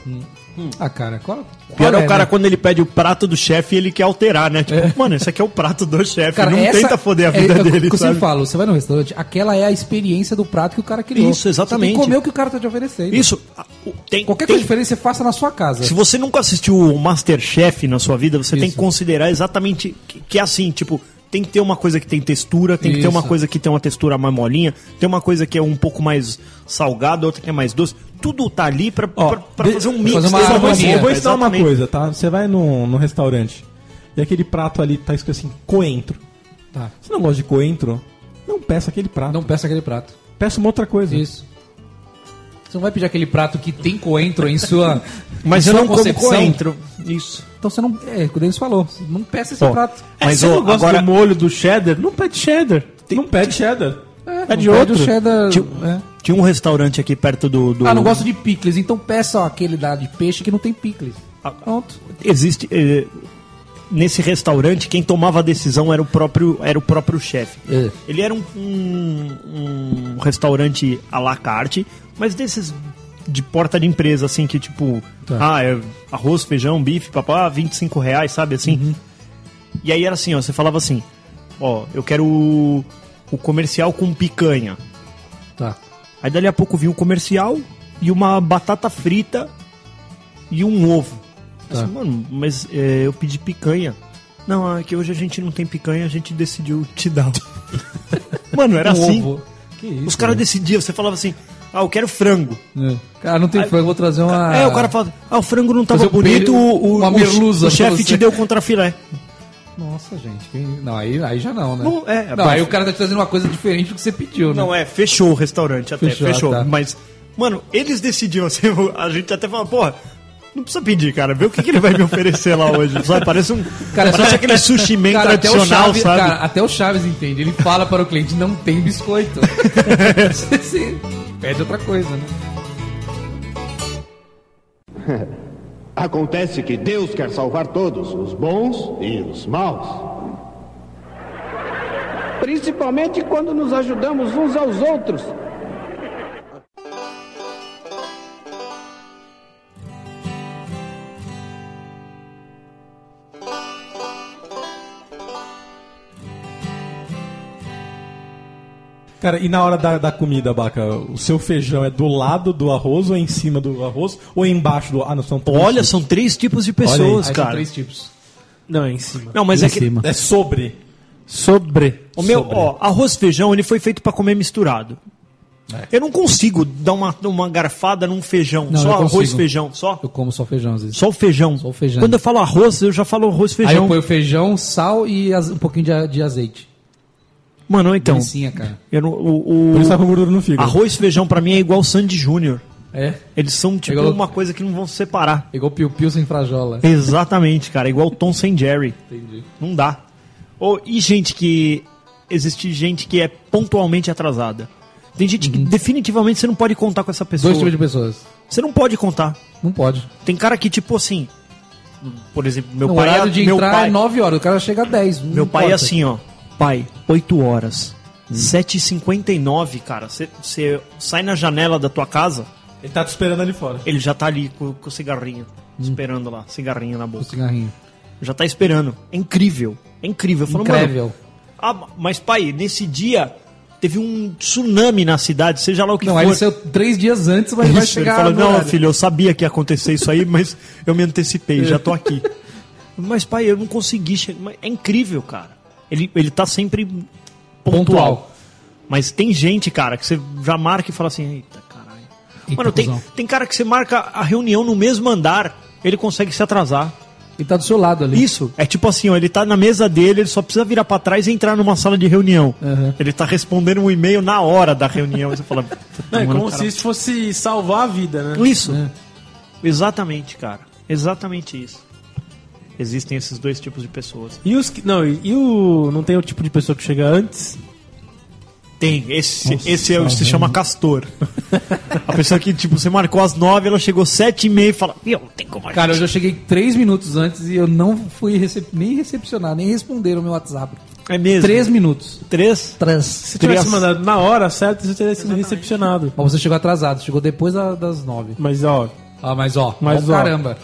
Ah, cara, qual, Pior qual é o cara né? quando ele pede o prato do chefe e ele quer alterar, né? Tipo, mano, esse aqui é o prato do chefe. Cara, Não essa- tenta foder a é- vida é o dele, que eu sabe? sempre falo, você vai no restaurante, aquela é a experiência do prato que o cara criou. Isso, exatamente. Você tem que comer o que o cara tá te oferecendo. Isso. a- o- Tem, Qualquer tem- coisa diferente você faça na sua casa. Se você nunca assistiu o Masterchef na sua vida, você tem Isso. que considerar exatamente que, que é assim, tipo, tem que ter uma coisa que tem textura, tem que ter Isso. uma coisa que tem uma textura mais molinha, tem uma coisa que é um pouco mais salgada, outra que é mais doce. Tudo tá ali pra, pra- pra de- fazer um fazer mix. uma dessa Eu vou, harmonia. coisa, eu vou ensinar uma exatamente. coisa, tá? Você vai num, num restaurante e aquele prato ali tá escrito assim, coentro. Tá. Você não gosta de coentro? Não peça aquele prato. Não peça aquele prato. Peça uma outra coisa. Isso. Você não vai pedir aquele prato que tem coentro em sua Mas em eu sua não como concepção. coentro. Isso. Então você não... É, o que o Denis falou. Não peça esse Bom, prato. É, Mas Mas, você ô, não gosta agora- do molho do cheddar? Não pede cheddar. Não pede cheddar. É, de não pede outro? o cheddar, Tipo- é. Tinha um restaurante aqui perto do. do- Ah, não gosto de picles. Então peça aquele da, de peixe que não tem picles. Pronto. Existe. eh, nesse restaurante, quem tomava a decisão era o próprio, era o próprio chefe. É. Ele era um, um- um restaurante à la carte, mas desses de porta de empresa, assim, que tipo, ah, é arroz, feijão, bife, papá, 25 reais, sabe assim? E aí era assim, ó, você falava assim, ó, eu quero o, o comercial com picanha. Tá. Aí dali a pouco vinha o comercial e uma batata frita e um ovo. Eu Tá. disse, mano, mas é, eu pedi picanha. Não, é que hoje a gente não tem picanha, a gente decidiu te dar. mano, Um era assim. Que isso, Os caras decidiam, você falava assim, ah, eu quero frango. né? Cara, não tem frango, vou trazer uma... É, o cara fala, ah, o frango não tava Fazer um bonito, peri- o, o, uma o- merluza o pra chefe você." te deu contra filé. Nossa, gente. que- Não, aí, aí já não, né? Não, é, Não, bom. aí o cara tá te trazendo uma coisa diferente do que você pediu, né? Não, é, fechou o restaurante até, Fechou, fechou. ah, tá. Mas, mano, eles decidiam assim, a gente até falou, porra, não precisa pedir, cara, vê o que, que ele vai me oferecer lá hoje, sabe? Parece um. Cara, parece só- aquele sushi man Cara, até o é tradicional, Chaves- sabe? cara, até o Chaves entende. Ele fala para o cliente, não tem biscoito. Você- você pede outra coisa, né? Acontece que Deus quer salvar todos, os bons e os maus. Principalmente quando nos ajudamos uns aos outros. Cara, e na hora da, da comida, Baca, o seu feijão é do lado do arroz ou é em cima do arroz ou é embaixo do... Ah, não, são três Olha, tipos. são três tipos de Aí pessoas, são cara. três tipos. Não, é em cima. Não, mas é que. É sobre. Sobre. O meu, ó, arroz feijão, ele foi feito pra comer misturado. Eu não consigo dar uma, uma garfada num feijão, É. Não, eu só arroz consigo. feijão, só. Eu como só feijão às vezes. Só o feijão. Só o feijão. Quando eu falo arroz, eu já falo arroz Aí feijão. eu ponho feijão, sal e az- um pouquinho de, a- de azeite. Mano, então. Delicinha, cara. Eu não, o, o- Por isso tá com gordura no fígado. Arroz e feijão pra mim é igual Sandy Júnior. É. Eles são tipo Igual- uma coisa que não vão se separar. Igual piu-piu sem frajola. Exatamente, cara. Igual Tom sem Jerry. Entendi. Não dá. Ou e gente que. Existe gente que é pontualmente atrasada. Tem gente que definitivamente você não pode contar com essa pessoa. Uhum. Dois tipos de pessoas. Você não pode contar. Não pode. Tem cara que, tipo assim. Por exemplo, meu O pai. horário de meu entrar pai, é 9 horas, o cara chega a 10. não Meu pai é importa. Hum. assim, ó. Pai, 8 horas. 7h59, cara. Você- Você sai na janela da tua casa, Ele tá te esperando ali fora. ele já tá ali com, com o cigarrinho. Hum. Esperando lá, cigarrinho na O boca. cigarrinho. Já tá esperando. É incrível. É incrível. Eu falo, Incrível. mano. Ah, mas pai, nesse dia teve um tsunami na cidade, seja lá o que Não, for. aí ele saiu três dias antes, mas vai Isso, ele chegar. fala, no não, horário." filho, eu sabia que ia acontecer isso aí, mas eu me antecipei, já tô aqui. mas, pai, eu não consegui chegar. Mas É incrível, cara. Ele, ele tá sempre pontual. Pontual. Mas tem gente, cara, que você já marca e fala assim, eita, caralho. Eita, Mano, tem, cuzão. tem cara que você marca a reunião no mesmo andar, ele consegue se atrasar. Ele tá do seu lado ali. Isso, é tipo assim, ó, ele tá na mesa dele, ele só precisa virar pra trás e entrar numa sala de reunião. Uhum. Ele tá respondendo um e-mail na hora da reunião. Você fala, "Puta, Não, é mano, como cara, se isso fosse salvar a vida, né? isso. É. Exatamente, cara. Exatamente isso. Existem esses dois tipos de pessoas. E os que. Não, e o. Não tem o tipo de pessoa que chega antes? Tem, esse, esse é o que se chama castor. A pessoa que, tipo, você marcou às nove, ela chegou às sete e meia e fala, meu, tem como a Cara, gente hoje eu cheguei três minutos antes e eu não fui recep- nem recepcionar, nem responder o meu WhatsApp. É mesmo. Três minutos. Três? Trans. Se tivesse Três. mandado na hora certa, você teria sido recepcionado. Mas você chegou atrasado, chegou depois da- das nove. Mas, ó, Ah, mas ó, Mas, bom ó. caramba.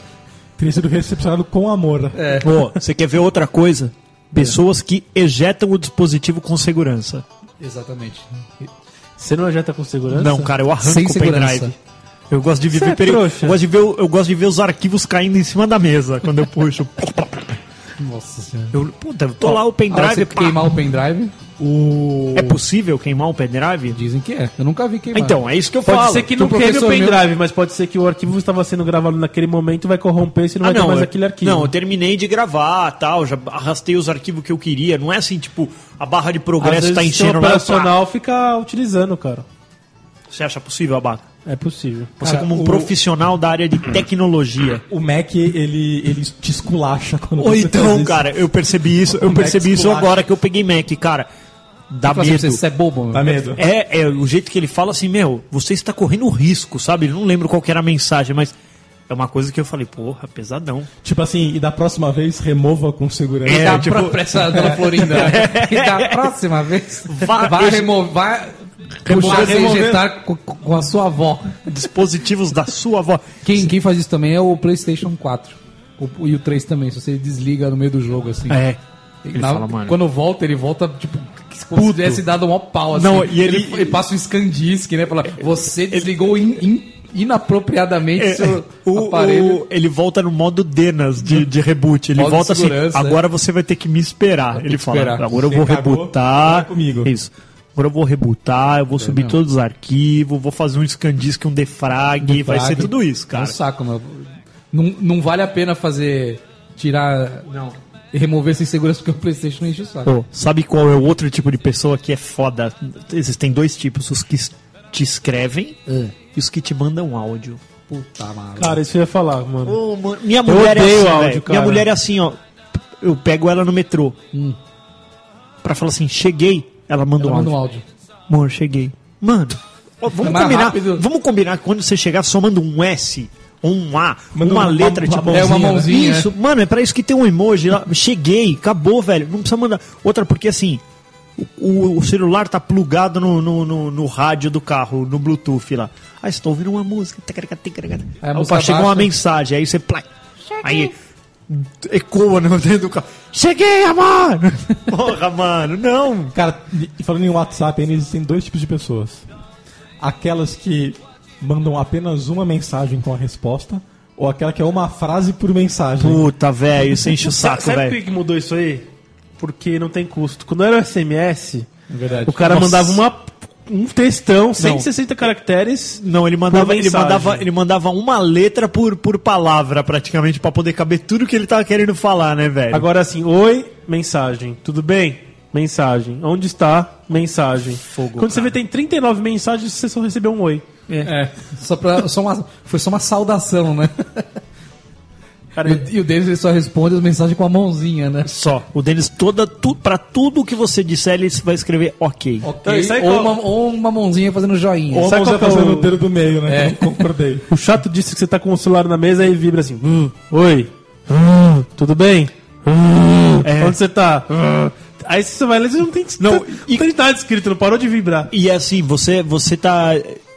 Teria sido recepcionado com amor. Pô, você quer ver outra coisa? Pessoas que ejetam o dispositivo com segurança. Exatamente. você não ejeta com segurança? Não, cara, eu arranco Sem o segurança. pendrive. Eu gosto de viver é peri- trouxa. eu gosto de ver o- eu gosto de ver os arquivos caindo em cima da mesa quando eu puxo. Nossa senhora. Eu, puta, eu tô lá o Ah, pendrive. você pá. queimar o pendrive? O... É possível queimar um pendrive? Dizem que é. Eu nunca vi queimar. Então, é isso que eu Pode falo. ser que que o não queime o professor meu- pendrive, mas pode ser que o arquivo estava sendo gravado naquele momento, vai corromper e você não Ah, vai ter não, mais eu, aquele arquivo. não, eu terminei de gravar, tal, já arrastei os arquivos que eu queria. Não é assim, tipo, a barra de Às vezes progresso o tá sistema enchendo lá, operacional fica utilizando, cara. pá. Você acha possível, Abaca? É possível. Você Cara, como um o- profissional da área de tecnologia. O Mac, ele, ele te esculacha quando Ou você faz então, isso. cara, eu percebi isso, eu Mac percebi isso esculacha. agora que eu peguei Mac, cara. Dá Fala assim pra você, medo. Você é bobo, meu. Dá medo. É, é, o jeito que ele fala assim, meu, você está correndo risco, sabe? Eu não lembro qual que era a mensagem, mas é uma coisa que eu falei, porra, pesadão. Tipo assim, e da próxima vez remova com segurança. E É, da tipo- próxima, essa dona Florinda. E da próxima vez, Vá- vai esse- remover, vai Remover- puxar sem remover. injetar com, com a sua avó. Dispositivos da sua avó. Quem, quem faz isso também é o PlayStation 4. O- e o 3 também, se você desliga no meio do jogo, assim. É. Ele fala, mano. Quando volta, ele volta, tipo, como se tivesse dado um pau, assim. Não, e ele- passa um scandisque, né? Fala, você desligou in- in- inapropriadamente É, seu o- aparelho. o- ele volta no modo Denas de, de reboot. Ele Modo volta assim. segurança, né? Agora você vai ter que me esperar. Ele que fala: esperar. agora eu Você vou cagou, rebootar. vai comigo. Isso. Agora eu vou rebootar, eu vou subir não. todos os arquivos, vou fazer um scandisk, um defrag, vai ser tudo isso, É um cara. saco, meu. Não, não vale a pena fazer. Tirar. Não. E remover sem segurança porque o PlayStation enche o saco. Pô, sabe qual é o outro tipo de pessoa que é foda? Existem dois tipos: os que es- te escrevem e os que te mandam áudio. Puta mala. Cara, isso eu ia falar, mano. Ô, mano, minha mulher é odeio assim, áudio, velho. cara. Minha mulher é assim, ó. Eu pego ela no metrô. Hum. Pra falar assim, cheguei. Ela manda um Ela manda um áudio. áudio. Amor, cheguei. Mano, ó, É vamos mais combinar. rápido. Vamos combinar que quando você chegar, só manda um S ou um A, Manda uma uma- letra uma- tipo. uma É uma mãozinha, mãozinha, Isso, mano, é pra isso que tem um emoji lá. Cheguei, acabou, velho. Não precisa mandar. Outra, porque assim. O, o celular tá plugado no, no, no- no rádio do carro, no Bluetooth lá. Ah, estou ouvindo uma música. tacaraca, tacaraca. Aí É, a Aí, música Opa, chegou uma baixa. mensagem, aí você. Plá, aí ecoa no dentro do carro. Cheguei, amor! Porra, mano, não! Cara, e falando em WhatsApp, ainda existem dois tipos de pessoas. Aquelas que mandam apenas uma mensagem com a resposta, ou aquela que é uma frase por mensagem. Puta, velho, isso enche o saco, Sabe por velho. que mudou isso aí? Porque não tem custo. Quando era o SMS, É verdade. o cara Nossa. mandava uma, um textão, 160 caracteres. Não, ele mandava, Por ele mensagem. mandava, ele mandava uma letra por, por palavra, praticamente, pra poder caber tudo que ele tava querendo falar, né, velho? Agora assim, oi, mensagem. Tudo bem? Mensagem. Onde está? Mensagem. Fogo, Quando você vê tem 39 mensagens, você só recebeu um oi. É, só pra, só uma, foi só uma saudação, né? Cara, E o- E o Davis ele só responde as mensagens com a mãozinha, né? só. O Denis, toda, tu, pra tudo que você disser, ele vai escrever ok. Ok. e sabe ou, qual- uma, ou uma mãozinha fazendo joinha. Ou Sabe Então, você qual tá que é fazendo o- o dedo do meio, né? É. Eu concordei. O chato disso é que você tá com o celular na mesa e vibra assim. "Hum, oi. Hum, tudo bem? Hum, É. Onde você tá? Hum." Aí você vai ler, você não tem, Não, não, tem nada escrito, não parou de vibrar. E é assim, você, você tá.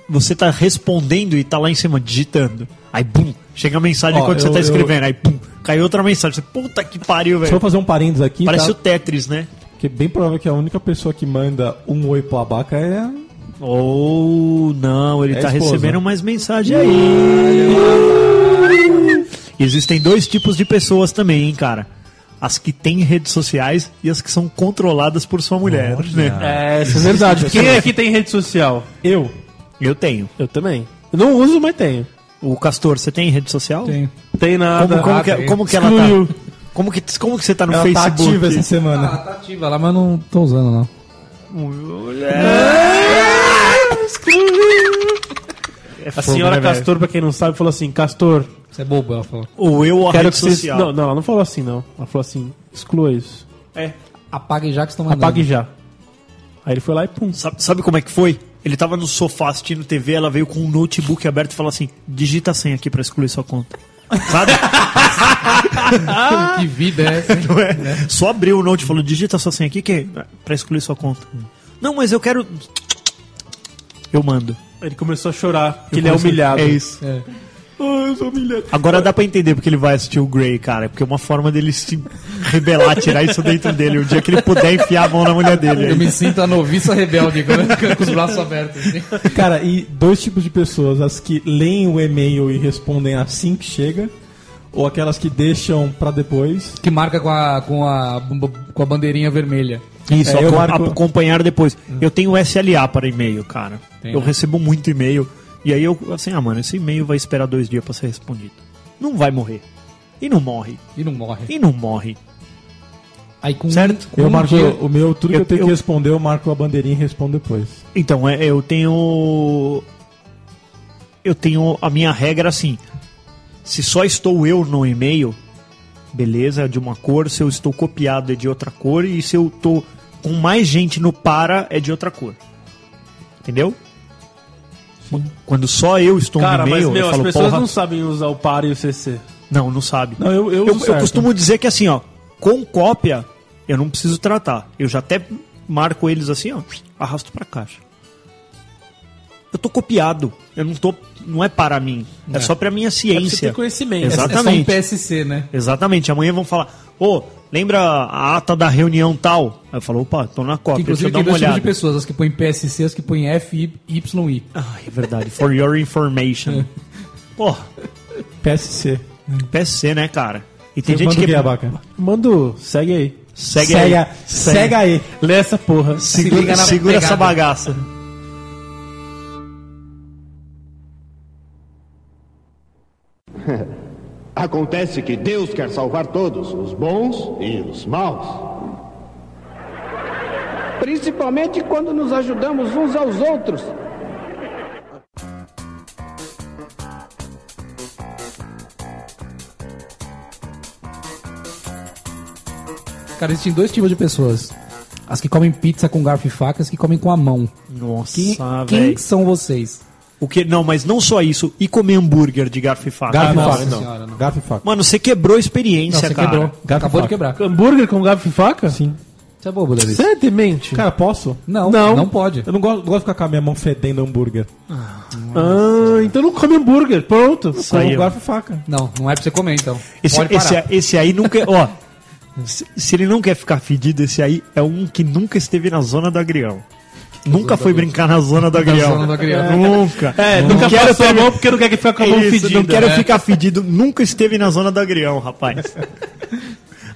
Você tá respondendo e tá lá em cima, digitando. Aí, bum, chega a mensagem Ó, quando você eu- tá eu- escrevendo. Aí, bum, caiu outra mensagem. Você, Puta que pariu, Só vou velho. fazer um parênteses aqui, Parece o tá? Tetris, né? Porque é bem provável que a única pessoa que manda um oi pro abaca é. Ou não, ele É tá a esposa. recebendo mais mensagem aí. Existem dois tipos de pessoas também, hein, cara. As que têm redes sociais e as que são controladas por sua mulher. né? É, isso é verdade. Quem aqui tem rede social? Eu. Eu tenho. Eu também. Eu não uso, mas tenho. O Castor, você tem rede social? Tem. Tem nada. Como, como, Ah, que, é, tem. como que ela Excluiu. tá? Como que, como que você tá no Ela tá Facebook? ativa essa semana. Ela tá ativa lá, mas não tô usando, não. É A senhora é. Castor, pra quem não sabe, falou assim: Castor, Você é bobo, ela falou. Ou eu a quero rede que você. social. Não, não, ela não falou assim, não. Ela falou assim: exclua isso. É. Apague já que estão mandando. Apague já. Aí ele foi lá e pum. Sabe, sabe como é que foi? Ele tava no sofá assistindo TV, ela veio com um notebook aberto e falou assim: digita a senha aqui pra excluir sua conta. Sabe? que vida é essa? hein? Não é? Só abriu o note e falou: digita sua senha aqui que é pra excluir sua conta. Não, mas eu quero. Eu mando. Ele começou a chorar, que ele é humilhado. É isso. Ah, É. Agora dá pra entender porque ele vai assistir o Grey, cara. Porque é uma forma dele se rebelar, tirar isso dentro dele. O dia que ele puder enfiar a mão na mulher dele. Eu me sinto a noviça rebelde quando eu fico com os braços abertos. Assim. Cara, e dois tipos de pessoas: as que leem o e-mail e respondem assim que chega, ou aquelas que deixam pra depois. Que marca com a, com, a, com a bandeirinha vermelha. Isso, É, eu acom- marco- acompanhar depois. Eu tenho SLA para e-mail, cara. Hum. Tem, eu né? recebo muito e-mail. E aí eu, assim, ah, mano, esse e-mail vai esperar dois dias pra ser respondido. Não vai morrer. E não morre. E não morre. E não morre. Aí com Certo? com eu um marco dia- o meu, tudo que Eu- eu tenho eu- que responder, eu marco a bandeirinha e respondo depois. Então, é, eu tenho. Eu tenho a minha regra assim. Se só estou eu no e-mail, beleza, de uma cor. Se eu estou copiado, é de outra cor. E se eu estou com mais gente no para, é de outra cor. Entendeu? Quando só eu estou Cara, no mas e-mail, meu, eu as falo, pessoas porra. não sabem usar o par e o CC. Não, não sabe. Não, eu, eu, eu, eu uso certo. costumo dizer que assim, ó, com cópia, eu não preciso tratar. Eu já até marco eles assim, ó, arrasto pra caixa. Eu tô copiado. Eu não tô. Não é para mim. É, só pra minha Você ciência. tem conhecimento. É- Exato. É só um exatamente. PSC, né? Exatamente. Amanhã vão falar, ô, lembra a ata da reunião tal? Aí eu falo, opa, tô na cópia, deixa eu Inclusive dar tem uma dois tipos olhada. de pessoas, as que põem PSC, as que põem F, Y, Y. Ah, é verdade. For your information. Porra, É PSC. PSC, né, cara? E tem Você gente manda o que. quê, abaca? Mando, segue aí. Segue aí. Cega, cega aí. Lê essa porra. Segura, liga na segura pegada. essa bagaça. Acontece que Deus quer salvar todos, os bons e os maus. Principalmente quando nos ajudamos uns aos outros. Cara, existem dois tipos de pessoas. As que comem pizza com garfo e faca, as que comem com a mão. Nossa, Quem, velho. quem são vocês? O que? Não, mas não só isso. E comer hambúrguer de garfo e faca. Garfo e nossa faca, então. não. senhora, não. Garfo e faca. Mano, você quebrou a experiência, cara. Garfo e Acabou de faca. quebrar. Hambúrguer com garfo e faca? Sim. Você é bobo, Davi. Você é demente? Cara, posso? Não, não, Não. pode. Eu não gosto, gosto de ficar com a minha mão fedendo hambúrguer. ah, então não come hambúrguer. Pronto. Isso aí, Com ó. garfo e faca. Não, não é pra você comer, então. Esse, pode esse, é- parar. esse aí nunca. Ó. Se se ele não quer ficar fedido, esse aí é um que nunca esteve na zona do agrião. Nunca foi brincar na zona do agrião. zona do agrião. É. Nunca. É, nunca passou a mão porque É não quer que fique com a mão Isso, fedida. né? não quero ficar fedido. Nunca esteve na zona do agrião, rapaz.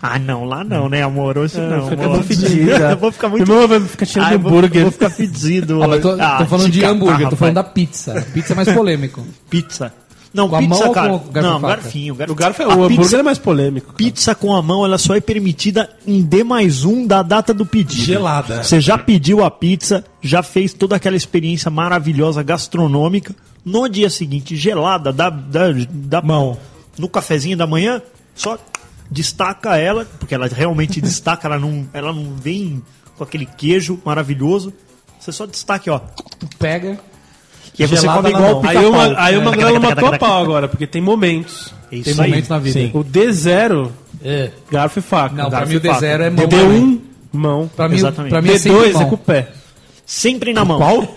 Ah, não, lá não, né, amor? Hoje não. fica amor. tão fedida. Eu vou ficar muito. Irmão, vai ficar cheio de Ah, eu vou- hambúrguer. Vou, ficar fedido. Ah, mas tô, hoje. tô Ah, falando de te hambúrguer, catar, tô falando da rapaz. pizza. Pizza é mais polêmico. Pizza. Não, Com a mão pizza, ou cara. com o garfo e não, faca? garfinho. O garfo é A o hambúrguer pizza, é mais polêmico. pizza com a mão, ela só é permitida em D mais um da data do pedido. Gelada. Você já pediu a pizza, já fez toda aquela experiência maravilhosa gastronômica. No dia seguinte, gelada, da, da, da Mão. No cafezinho da manhã, só destaca ela, porque ela realmente destaca, ela não, ela não vem com aquele queijo maravilhoso. Você só destaca, ó. Tu pega. E é aí você Gelada come na igual mão. o Aí pica-pau. uma, aí uma É. grana matou a pau agora, porque tem momentos. É Tem Isso aí. momentos na vida. sim. O D0, É. garfo e faca. Não, pra Garfo mim o e faca. D0 é mão. D1, mão. Pra mim, Exatamente. pra mim é sempre D2 é mão. com o pé. Sempre na mão. Qual?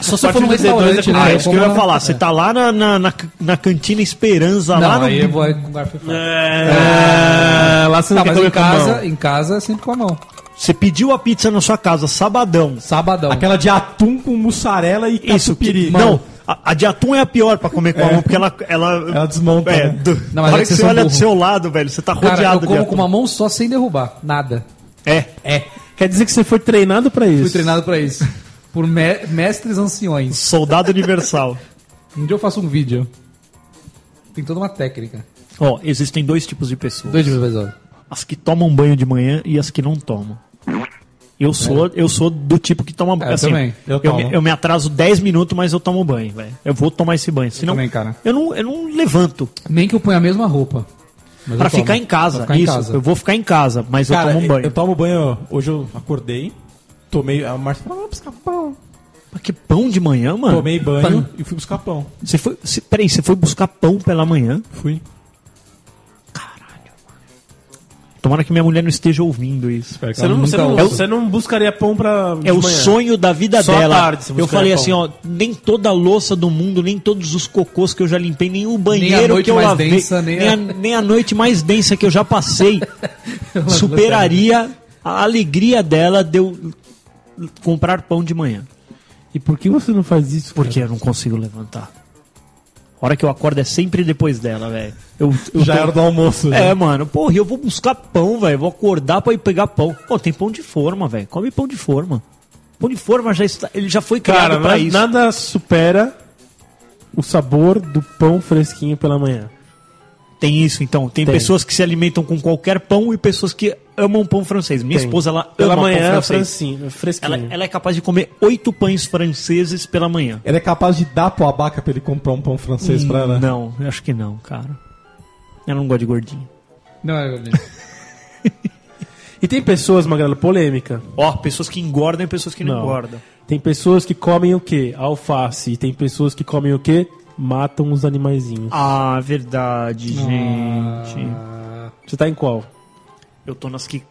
Só se A for num partir do D2 é restaurante, com né? Ah, é isso que eu ia Como- falar. Você tá lá na, na, na, na cantina Esperança, lá Não, no. aí eu vou com garfo e faca. É, É, lá você não Tá, quer mas em comer com a casa, mão. em casa é sempre com a mão. Você pediu a pizza na sua casa, sabadão. Tá Sabadão. Aquela de atum com mussarela e Isso, catupiry. que, não. A, a de atum é a pior pra comer com a mão, porque ela. Ela, Ela desmonta, É, né? do- Não, na mas é hora que que vocês você são olha do burro. seu lado, velho, você tá rodeado Cara, eu de como atum. com uma mão só sem derrubar. Nada. É. É. Quer dizer que você foi treinado pra isso. Fui treinado pra isso. Por me- mestres anciões. Soldado universal. Um dia eu faço um vídeo. Tem toda uma técnica. Ó, existem dois tipos de pessoas. Dois dias, pessoal. As que tomam banho de manhã e as que não tomam. Eu sou, eu sou do tipo que toma É, eu também. Eu, Eu tomo. me, eu me atraso 10 minutos, mas eu tomo banho, velho. Eu vou tomar esse banho. Senão, também, cara. Eu, não, eu não levanto. Nem que eu ponha a mesma roupa. Mas Pra eu tomo. ficar em casa. Pra ficar em isso. casa. Eu vou ficar em casa, mas Cara, é- eu tomo um banho. Eu tomo banho. Hoje eu acordei, tomei. A Márcia falou, "Ah, buscar pão. Mas que pão de manhã, mano? Tomei banho e fui buscar pão. Você foi. Você, peraí, você foi buscar pão pela manhã? Fui. Tomara que minha mulher não esteja ouvindo isso. Espero que Você ela não, você, nunca não, ouça. você não buscaria pão pra. de É o manhã. sonho da vida Só à dela. tarde você eu busca falei pão. assim, ó, nem toda a louça do mundo, nem todos os cocôs que eu já limpei, nem o banheiro noite que eu mais lavei, densa, nem nem, a- a... nem a noite mais densa que eu já passei, superaria a alegria dela de eu comprar pão de manhã. E por que você não faz isso? cara? Porque eu não consigo levantar. A hora que eu acordo é sempre depois dela, velho. Eu, eu Já tô- era do almoço. É, mano, porra, eu vou buscar pão, velho. Vou acordar pra ir pegar pão. Pô, tem pão de forma, velho. Come pão de forma. Pão de forma já está, ele já foi criado Cara, pra na- isso. nada supera o sabor do pão fresquinho pela manhã. Tem isso, então. Tem, Tem. pessoas que se alimentam com qualquer pão e pessoas que amam pão francês. Minha Tem. esposa, ela Pela ama pão manhã, é francês. francinho, Ela, fresquinho. ela é capaz de comer oito pães franceses pela manhã. Ele é capaz de dar pro abaca pra ele comprar um pão francês pra ela. Não, eu acho que não, cara. Eu não gosto de gordinho. Não, é gordinho. E tem pessoas, Magrelo, polêmica. Ó, pessoas que engordam e pessoas que não, Não. engordam. Tem pessoas que comem o quê? Alface. E tem pessoas que comem o quê? Matam os animaizinhos. Ah, verdade, gente. Ah, Você tá em qual? Eu tô nas que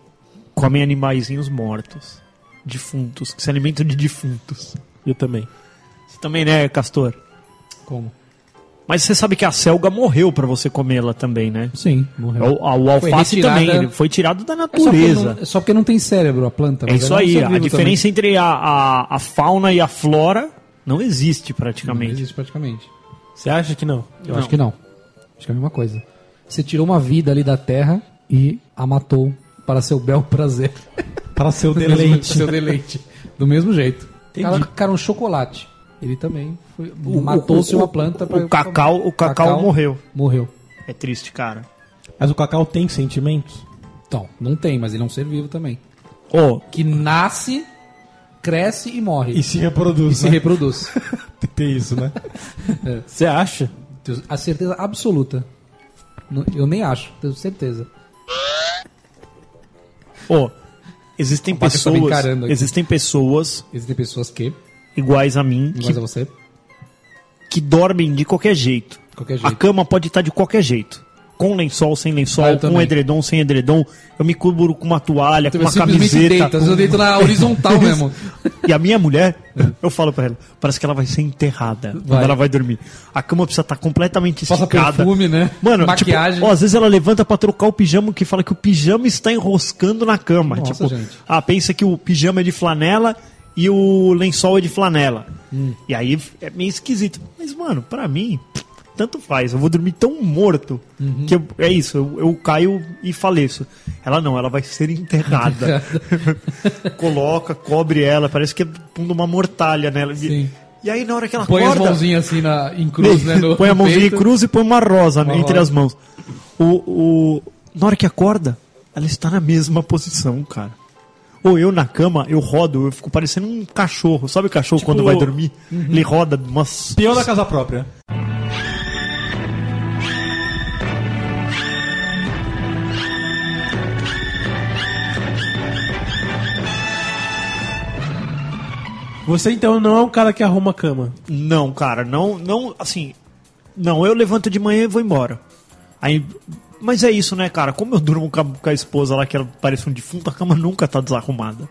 comem animaizinhos mortos. Defuntos, que se alimentam de defuntos. Eu também. Você também, né, Castor? como? Mas você sabe que a selga morreu pra você comê-la também, né? Sim, morreu. O, a- o alface retirada- também, ele foi tirado da É só, porque não, natureza. é só porque não tem cérebro a planta. É mas isso ela é um aí, ser a vivo diferença entre a, a, a fauna e a flora não existe também. Não praticamente. existe praticamente. Você acha que não? Eu acho que não. Acho que é a mesma coisa. Você tirou uma vida ali da terra e a matou para seu bel prazer. Para Hum. seu Para deleite. seu deleite. Do mesmo jeito. Cara, cara, um chocolate. Ele também foi- matou-se o- uma planta pra- o cacau- o cacau morreu. Morreu. É triste, cara. Mas o cacau tem sentimentos? Então, não tem, mas ele é um ser vivo também. Ô, Que nasce, cresce e morre. E se reproduz, E se né? reproduz. Tem isso, né? Você acha? Tenho a certeza absoluta. Não- Eu nem acho, tenho certeza. ô, existem Abaca tá me pessoas, encarando aqui. existem pessoas Existem pessoas que, iguais a mim que, iguais a você, de que dormem de qualquer jeito. qualquer A jeito. cama pode estar de qualquer jeito. Com lençol, sem lençol, Ah, eu com também. edredom, sem edredom. Eu me cubro com uma toalha, com Eu uma simplesmente camiseta. deito, às vezes eu com- deito na horizontal mesmo. E a minha mulher, eu falo pra ela, parece que ela vai ser enterrada quando Vai. ela vai dormir. A cama precisa estar completamente Passa esticada. perfume, né? Mano, Maquiagem. Tipo, ó, às vezes ela levanta pra trocar o pijama que fala que o pijama está enroscando na cama. Nossa, tipo, gente. ah, pensa que o pijama é de flanela e o lençol é de flanela. Hum. E aí é meio esquisito. Mas, mano, pra mim, tanto faz. Eu vou dormir tão morto Uhum. que eu- é isso, eu, eu caio e faleço. Ela não, ela vai ser enterrada. Coloca, cobre ela, parece que é pondo uma mortalha nela. E, Sim. e aí na hora que ela Põe as acorda, mãozinhas assim na, em cruz, né? no- põe a no mãozinha em peito. cruz e põe uma rosa Uma entre rosa. as mãos. O, o, na hora que acorda, ela está na mesma posição, cara. Ou eu na cama, eu rodo, eu fico parecendo um cachorro. Sabe o cachorro Tipo quando vai dormir? Uhum. Ele roda umas. Peão da casa própria. Você então não é um cara que arruma a cama. Não, cara, não, não, assim. Não, eu levanto de manhã e vou embora. Aí, mas é isso, né, cara? Como eu durmo com a, com a esposa lá, que ela parece um defunto, a cama nunca tá desarrumada.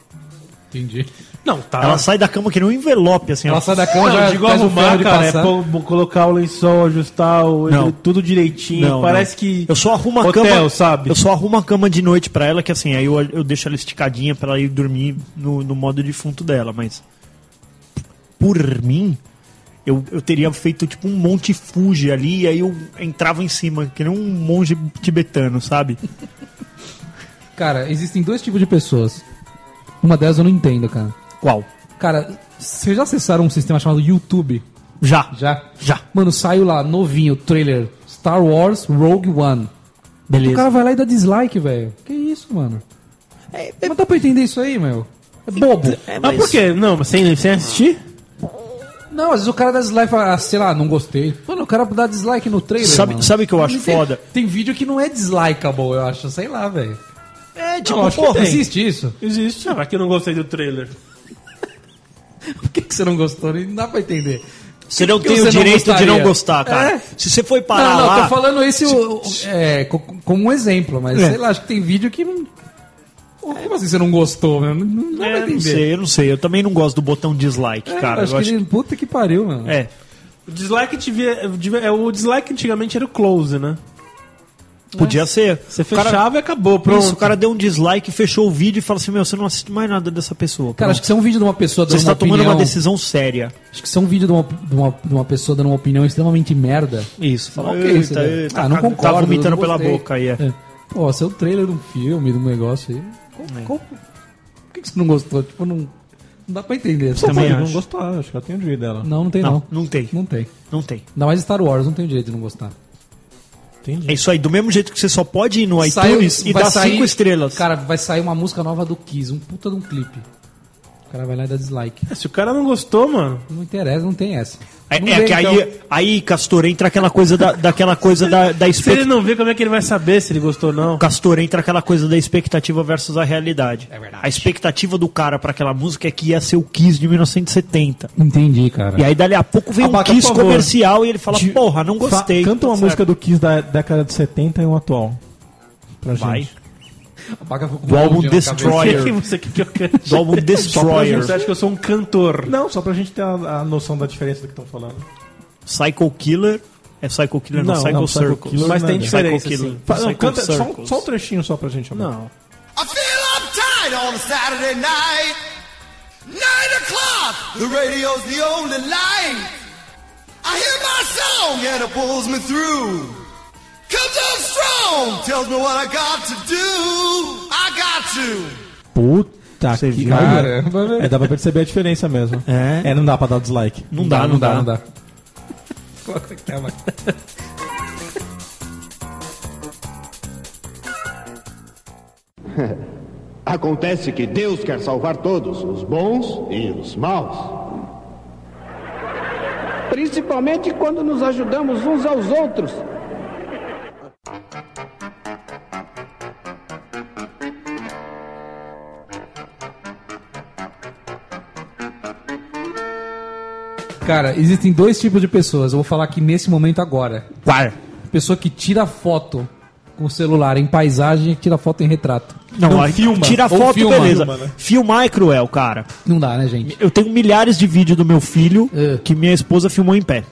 Entendi. Não, tá. Ela sai da cama que não envelope, assim. Ah. Ela ela- sai da cama, Não, já eu digo faz o ferro arrumar, de cara, é passar. pô- pô- colocar o lençol, ajustar o Não. tudo direitinho. Não, Parece não. que. Eu só arrumo a Hotel, cama. sabe? Eu só arrumo a cama de noite pra ela, que assim, aí eu, eu deixo ela esticadinha pra ela ir dormir no, no modo defunto dela, mas. Por mim, eu, eu teria feito tipo um monte fuge ali, e aí eu entrava em cima, que nem um monge tibetano, sabe? Cara, existem dois tipos de pessoas. Uma delas eu não entendo, cara. Qual? Cara, vocês já acessaram um sistema chamado YouTube? Já. Já? Já. Mano, saiu lá, novinho, o trailer. Star Wars Rogue One. O Beleza. cara vai lá e dá dislike, velho. Que isso, mano? Não dá pra entender isso aí, meu. É bobo. É, Mas por quê? Não, mas sem, sem assistir? Não, às vezes o cara dá dislike e fala, ah, sei lá, não gostei. Mano, o cara dá dislike no trailer, Sabe- mano. sabe o que eu Não acho tem- foda? Tem vídeo que não é dislikable, eu acho. Sei lá, velho. É, tipo, Não, acho que porra, tem. existe isso. Existe. Ah, que eu não gostei do trailer. Por que, que você não gostou? Não dá pra entender. Você não que tem você o não direito de não gostaria? gostar, cara. É. Se você foi parar não, não, lá. Tipo, tô falando esse o- o- é, co- como um exemplo, mas É. sei lá, acho que tem vídeo que. não- Pô, Como assim você não gostou, meu? Não, não dá pra É, não entender. sei, eu não sei. Eu também não gosto do botão dislike, É, cara. acho eu que ele- puta que pariu, mano. É. O dislike, devia, devia- é, o dislike antigamente era o close, né? Podia ser. Você O cara- fechava e acabou, pronto. Né? Isso, o cara deu um dislike, fechou o vídeo e fala assim: Meu, você não assiste mais nada dessa pessoa. Cara, Pronto. acho que isso é um vídeo de uma pessoa você dando está uma tomando opinião. uma decisão séria. Acho que isso é um vídeo de uma, de, uma, de uma pessoa dando uma opinião extremamente merda. Isso. Fala, Ok, "Eita, isso daí. eita, Ah, não tá- Tá concordo, vomitando não pela gostei." boca aí. É. É. Pô, seu trailer de um filme, de um negócio aí. Qual- É. qual- por que, que você não gostou? Tipo, não. Não dá pra entender. essa Também coisa. Pode não acho. gostar, acho que ela tem o direito dela. Não, não tem não. Não, não tem. Não tem. Não tem. Ainda mais Star Wars, não tem o direito de não gostar. É isso aí. Do mesmo jeito que você só pode ir no Saiu- iTunes e vai dar sair- cinco estrelas. Cara, vai sair uma música nova do Kiss, um puta de um clipe. O cara vai lá e dá dislike. É, Se o cara não gostou, mano. Não interessa, não tem essa. é Não é vê, que aí, então. aí, Castor, entra aquela coisa da, daquela coisa da, da Se ele expectativa. não vê, como é que ele vai saber se ele gostou ou não? Castor entra aquela coisa da expectativa versus a realidade. É verdade. A expectativa do cara pra aquela música é que ia ser o Kiss de 1970. Entendi, cara. E aí dali a pouco vem um Abaca, Kiss por favor. comercial e ele fala: De- Porra, não Fa- gostei. Canta uma Tá música do Kiss da década de 70 e um atual. Pra certo. Vai. gente. Apaga com Do álbum na cabeça. Destroyer. O que você quer que eu cante? Do álbum Destroyer. Você acha que eu sou um cantor? Não, só pra gente ter a, a noção da diferença do que estão falando. Psycho Killer. É Psycho Killer, não, Não, Psycho não, Psycho Circles. Killer Mas não tem é. diferença, Psycho sim. Killer. Fa- não, Psycho canta só, um- Circles. só um trechinho só pra gente. Amor. Não. I feel uptight on a Saturday night. Nine o'clock, the radio's the only light. I hear my song and it pulls me through. Comes on strong, tells me what I got to do. I got to. Puta que viu? Caramba, velho. É, dá pra perceber a diferença mesmo. É. não dá pra dar dislike. Não dá, não dá. não dá. Coloca aquela. Acontece que Deus quer salvar todos, os bons e os maus. Principalmente quando nos ajudamos uns aos outros. Cara, existem dois tipos de pessoas. Eu vou falar aqui nesse momento agora. Vai. Pessoa que tira foto com o celular em paisagem e tira foto em retrato. Não, aí Tira Ou foto, filma. beleza. Filma, né? Filmar é cruel, cara. Não dá, né, gente? Eu tenho milhares de vídeos do meu filho É. que minha esposa filmou em pé.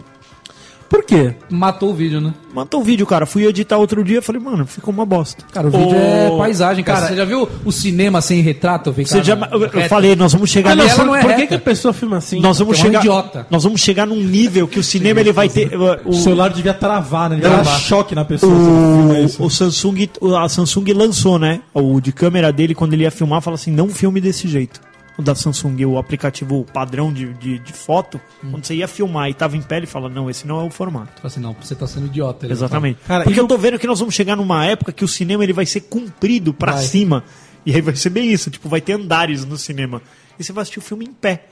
Por quê? Matou o vídeo, né? Matou o vídeo, cara. Fui editar outro dia falei, mano, ficou uma bosta. Cara, o vídeo Ô, é paisagem, cara. cara, Você já viu o cinema sem retrato? Vem Você cara, já, eu, eu falei, nós vamos chegar Ah, não, nessa- ela não é Por que, reta. que a pessoa filma assim? Nós vamos, é um chegar, idiota. nós vamos chegar num nível que o cinema ele vai ter. O, O celular devia travar, né? Devia dar Travar. choque na pessoa. se ele é filma isso. o, o Samsung, a Samsung lançou, né? O de câmera dele, quando ele ia filmar, fala assim: não filme desse jeito. O da Samsung, o aplicativo padrão de, de, de foto, Hum. quando você ia filmar e tava em pé, ele fala: não, esse não é o formato. Fala assim, não, você tá sendo idiota. ele Exatamente. Cara, Porque e eu tô vendo que nós vamos chegar numa época que o cinema ele vai ser comprido pra Vai. cima. E aí vai ser bem isso, tipo, vai ter andares no cinema. E você vai assistir o filme em pé.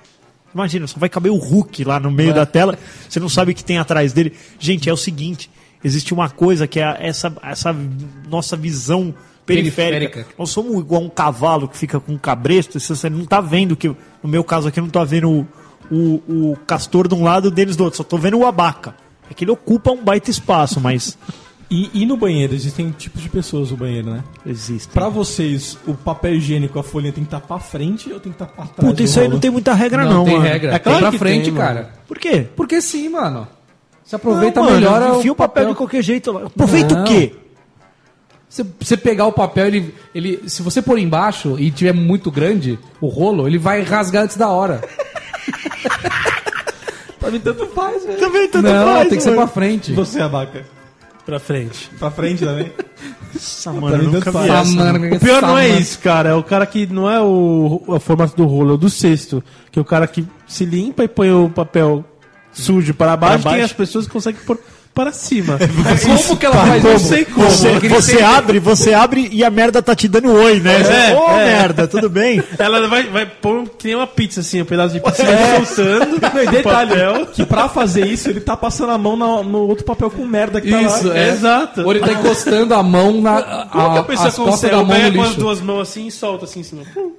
Imagina, só vai caber o Hulk lá no meio da tela, você não sabe o que tem atrás dele. Gente, é o seguinte, existe uma coisa que é essa, essa nossa visão periférica. Periférica. Nós somos igual um cavalo que fica com um cabresto, e você não tá vendo que, no meu caso aqui, eu não tô vendo o, o, o castor de um lado, o deles do outro, só tô vendo o abaca. É que ele ocupa um baita espaço, mas E, e no banheiro, existem tipos de pessoas no banheiro, né? existe. Pra vocês, o papel higiênico, a folhinha tem que estar pra frente ou tem que estar pra trás? Puta, do isso aí rolo? não tem muita regra, Fala, não, não, tem mano. regra. É claro tem pra que frente, tem, cara. mano. Por quê? Porque sim, mano. Se aproveita, Não, mano, melhora enfia o papel, de qualquer jeito lá. Aproveita Não. o quê? Se você pegar o papel, ele, ele. Se você pôr embaixo e tiver muito grande, o rolo, ele vai rasgar antes da hora. Pra mim, tanto faz, velho. Também tanto não, faz, tem que ser mano. pra frente. Você, abaca. Pra frente. Pra frente também? Nossa, mano, eu tanto nunca vi faz. essa. O pior não é isso, cara. É o cara que não é o, o formato do rolo, é o do cesto. Que é o cara que se limpa e põe o papel sujo para baixo. Pra baixo. Tem as pessoas que conseguem pôr para cima. Como que ela faz Como? isso? sei como. Tá, Você, Porque você tem- abre, você abre e a merda tá te dando oi, né? É, Ô, merda, tudo bem? Ela vai, vai pôr que nem uma pizza, assim, um pedaço de pizza É. soltando. Não, e detalhe, Papel. que pra fazer isso, ele tá passando a mão na- no outro papel com merda que tá Isso, lá. é. Exato. Ou ele tá encostando a mão na. A, Como que a pessoa as costas consegue? da Ela mão no pega com as lixo. duas mãos assim e solta assim em cima. Hum,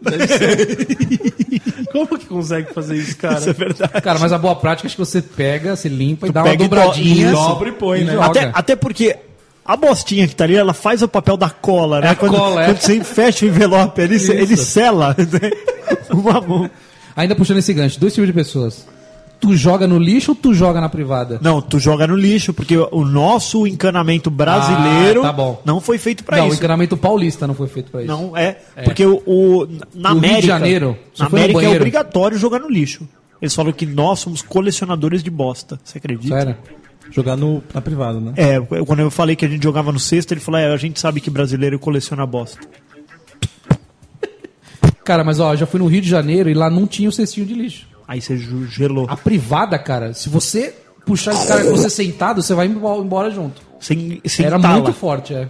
Como que consegue fazer isso, cara? Isso é verdade. Cara, mas a boa prática é que você pega, você limpa e dá uma pega e do- dobradinha. e dobra e põe, né? joga. Até, até porque a bostinha que tá ali, ela faz o papel da cola, né? É a quando, cola, é. quando você fecha o envelope, ele, se- ele sela né? uma mão. Ainda puxando esse gancho, dois tipos de pessoas. Tu joga no lixo ou tu joga na privada? Não, tu joga no lixo, porque o nosso encanamento brasileiro Ah, tá bom. não foi feito pra não, o isso. encanamento paulista não foi feito pra isso. Não, é. Porque o, o- na No Rio de América. Janeiro, você na foi no América é banheiro? obrigatório jogar no lixo. Eles falam que nós somos colecionadores de bosta. Você acredita? Sério? Jogar no, na privada, né? É, eu- quando eu falei que a gente jogava no sexto, ele falou: é, a gente sabe que brasileiro coleciona bosta. Cara, mas ó, eu já fui no Rio de Janeiro e lá não tinha o cestinho de lixo. Aí você ju- gelou. A privada, cara, se você puxar esse cara com você sentado, você vai embo- embora junto. Sem, sem Era tala. muito forte, é.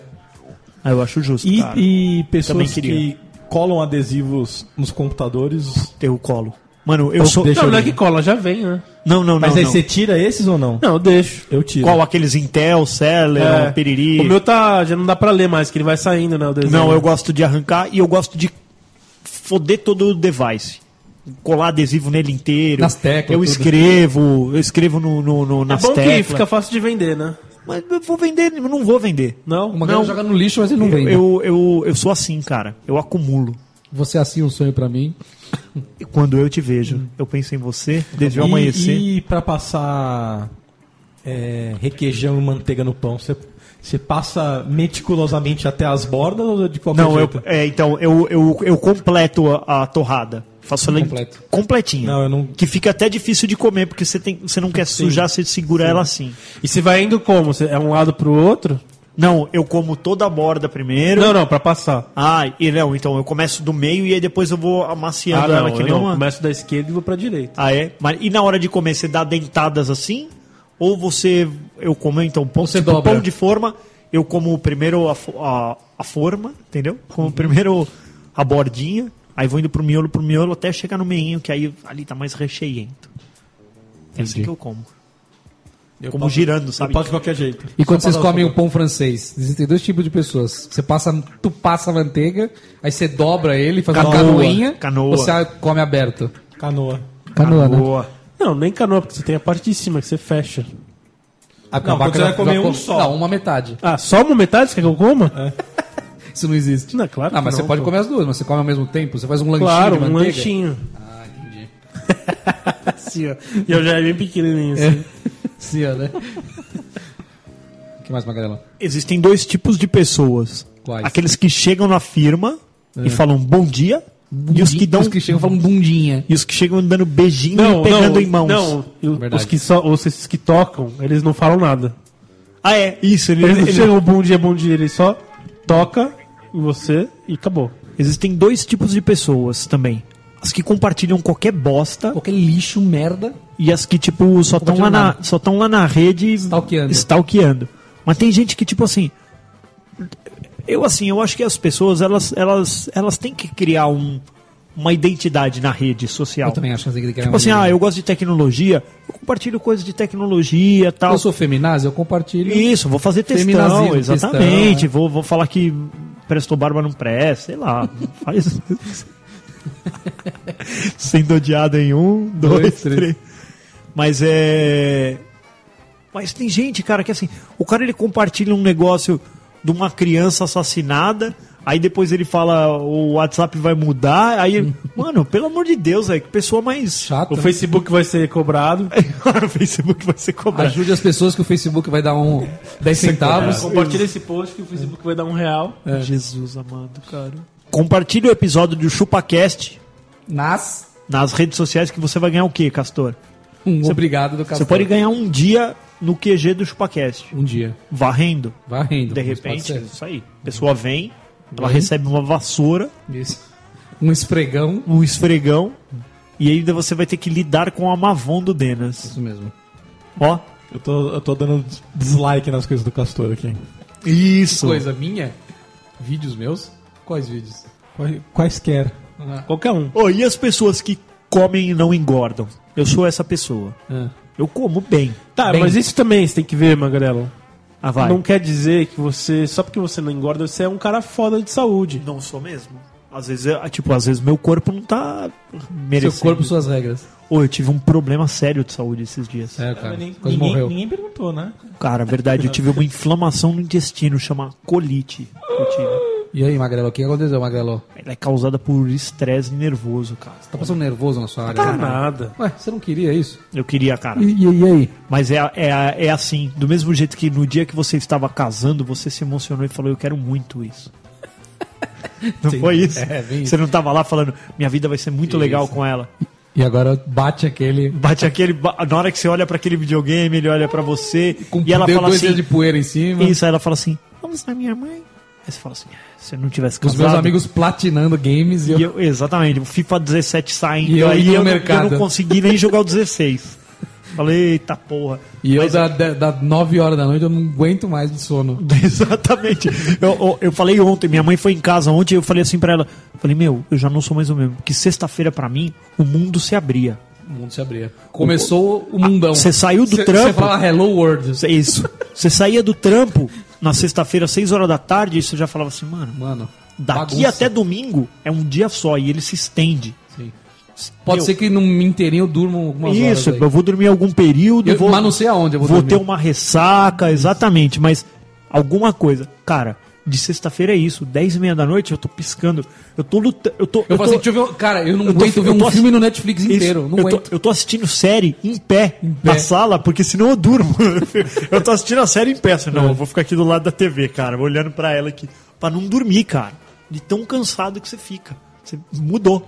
Ah, eu acho justo. E, cara. e Também pessoas queria. que colam adesivos nos computadores. Ter o colo. Mano, eu sou. deixa não, eu Não, não não, é que cola, já vem, né? não, não. Mas aí não. você tira esses ou não? Não, eu deixo. Eu tiro. Qual? Aqueles Intel, Celeron, É. Piriri. O meu tá. Já não dá pra ler mais, que ele vai saindo, né? O desenho. Não, eu gosto de arrancar e eu gosto de foder todo o device. Colar adesivo nele inteiro. Nas teclas, Eu tudo. escrevo, eu escrevo no, no, no, É nas bom que teclas. fica fácil de vender, né? Mas eu vou vender, eu não vou vender. Não? Uma galera joga no lixo, mas ele não Eu, vende. eu, eu, eu sou assim, cara. Eu acumulo. Você assim um sonho pra mim. E Quando eu te vejo, eu penso em você desde o E- amanhecer. E, pra passar é, requeijão e manteiga no pão, você, você passa meticulosamente até as bordas ou de qualquer Não, eu, jeito? é, então, eu, eu, eu completo a, a torrada. Faço ela Completo. completinha. Não, eu não- Que fica até difícil de comer, porque você, tem, você não quer sujar, você segura ela assim. E você vai indo como? Você é um lado pro outro? Não, eu como toda a borda primeiro. Não, não, pra passar. Ah, e não, então eu começo do meio e aí depois eu vou amaciando ela que eu nem Ah, não. uma. Começo da esquerda e vou pra direita. Ah, é? Mas, e na hora de comer, você dá dentadas assim? Ou você. Eu como então pão, Você tipo, dobra. pão de forma, eu como primeiro a, fo- a, a forma, entendeu? Como primeiro a bordinha, aí vou indo pro miolo, pro miolo, até chegar no meinho, que aí ali tá mais recheento. É assim Entendi. que eu como. Eu como passo- girando, sabe? Eu passo de qualquer jeito. E quando Só vocês pra dar comem uma- o pão francês, existem dois tipos de pessoas. Você passa, tu passa a manteiga, aí você dobra ele, faz uma Canoa, canoinha, canoa. ou você come aberto. Canoa. Canoa, né? Não, nem canoa, porque você tem a parte de cima que você fecha. Ah, A Não, vaca quando você vai comer come- um só. Não, uma metade. Ah, só uma metade você quer que eu coma? Isso não existe. Não, claro Ah, que mas não, você pode pô. comer as duas, mas você come ao mesmo tempo, você faz um lanchinho claro, de um manteiga. lanchinho. Ah, entendi. Assim, ó. E eu já é bem pequenininho, assim. Sim, ó, né? O que mais, Magrela? Existem dois tipos de pessoas: Quais? aqueles que chegam na firma e falam bom dia, e os que dão. Os que chegam falam bundinha. E os que chegam dando beijinho e pegando em mãos. Não, e o- Verdade. os que, só, os, esses que tocam, eles não falam nada. Ah, é, isso. Ele, Eles não ele- chegam bom dia, é bom dia, eles só toca em você e acabou. Existem dois tipos de pessoas também. As que compartilham qualquer bosta Qualquer lixo, merda. e as que, tipo, só estão lá, na- só tão lá na rede Stalkeando. stalkeando. Mas tem gente que, tipo assim. Eu, assim, eu acho que as pessoas, elas, elas, elas têm que criar um- uma identidade na rede social. Eu também acho que você tem que Tipo assim, ah, eu gosto de tecnologia, eu compartilho coisas de tecnologia e tal. eu sou feminazi, eu compartilho. Isso, vou fazer textão, Feminazismo, exatamente. textão, Vou, vou falar que prestou barba não presta, sei lá. Faz. Sendo odiado em um, dois, Dois, três. três. Mas é. Mas tem gente, cara, que assim, o cara ele compartilha um negócio de uma criança assassinada, aí depois ele fala o WhatsApp vai mudar, aí, ele- mano, pelo amor de Deus, é que pessoa mais Chato. O né? Facebook vai ser cobrado. o Facebook vai ser cobrado. Ajude as pessoas que o Facebook vai dar um 10 centavos. Compartilha esse post que o Facebook vai dar um real. Jesus amado, cara. É. Compartilhe o episódio do ChupaCast Nas nas redes sociais que você vai ganhar o quê, Castor? um obrigado do Você Castelo. pode ganhar um dia no QG do ChupaCast, Um dia. varrendo. Varrendo. De mas pode repente, ser. isso aí. A pessoa vem, ela recebe uma vassoura, Isso. Um esfregão. um esfregão, e ainda você vai ter que lidar com a Mavon do Denas. Isso mesmo. Ó, Eu tô, eu tô dando dislike nas coisas do Castor aqui. Isso. Coisa minha? Vídeos meus? Quais vídeos? Quais- Quaisquer. Qualquer um. Ô, e as pessoas que comem e não engordam? Eu sou essa pessoa. Eu como bem. Tá, Bem. mas isso também você tem que ver, Magrelo. Ah, vai. Não quer dizer que você, só porque você não engorda, você é um cara foda de saúde. Não sou mesmo. Às vezes, eu- tipo, às vezes meu corpo não tá merecendo. Seu corpo, suas regras. Ô, eu tive um problema sério de saúde esses dias. É, cara. Quase Ninguém, morreu. ninguém perguntou, né? Cara, verdade, eu tive uma inflamação no intestino, chama colite. Eu tive. E aí, Magrelo, o que aconteceu, Magrelo? Ela é causada por estresse nervoso, cara. Tá passando nervoso na sua área? Tá né? nada. Ué, você não queria isso? Eu queria, cara. E, e- e aí? Mas é, é, é assim, do mesmo jeito que no dia que você estava casando, você se emocionou e falou, eu quero muito isso. Não foi isso? É, bem você não estava lá falando, minha vida vai ser muito legal com ela. E agora bate aquele. Bate aquele. ba- Na hora que você olha para aquele videogame, ele olha para você. Com e ela deu fala dois assim. dias de poeira em cima. Isso, aí ela fala assim, vamos na minha mãe. Aí você fala assim, "Ah, se eu não tivesse Os casado. meus amigos platinando games e eu. E eu- exatamente, o FIFA 17 saindo, E eu aí indo no eu, não- eu mercado. não consegui nem jogar o 16. Falei, eita porra. E eu, Mas é da, da, da 9 horas da noite, eu não aguento mais de sono. Exatamente. Eu, eu, eu falei ontem, minha mãe foi em casa ontem, eu falei assim pra ela, falei, meu, eu já não sou mais o mesmo, porque sexta-feira pra mim o mundo se abria. O mundo se abria. Começou o mundão. Você saiu do Você- Você trampo. fala "Ah, hello world. Cê- Isso. Você saía do trampo na sexta-feira, às seis horas da tarde, e você já falava assim, mano, Mano. daqui bagunça. até domingo é um dia só e ele se estende. Sim. Pode Meu, ser que num inteirinho eu durmo algumas Isso, horas. aí. eu vou dormir algum período, Eu- vou, mas não sei aonde eu vou vou dormir. ter uma ressaca, exatamente, mas alguma coisa. Cara, de sexta-feira é isso, dez e meia da noite eu tô piscando, eu tô lutando, eu tô... Eu, tô- falo assim, deixa eu ver. Cara, eu não eu tô- aguento ver eu um tô filme assi- no Netflix Isso, inteiro. Não eu, tô, aguento. eu tô assistindo série em pé, pé. na sala, porque senão eu durmo. eu tô assistindo a série em pé, É. senão eu vou ficar aqui do lado da TV, cara, olhando pra ela aqui, pra não dormir, cara. De tão cansado que você fica. Você mudou.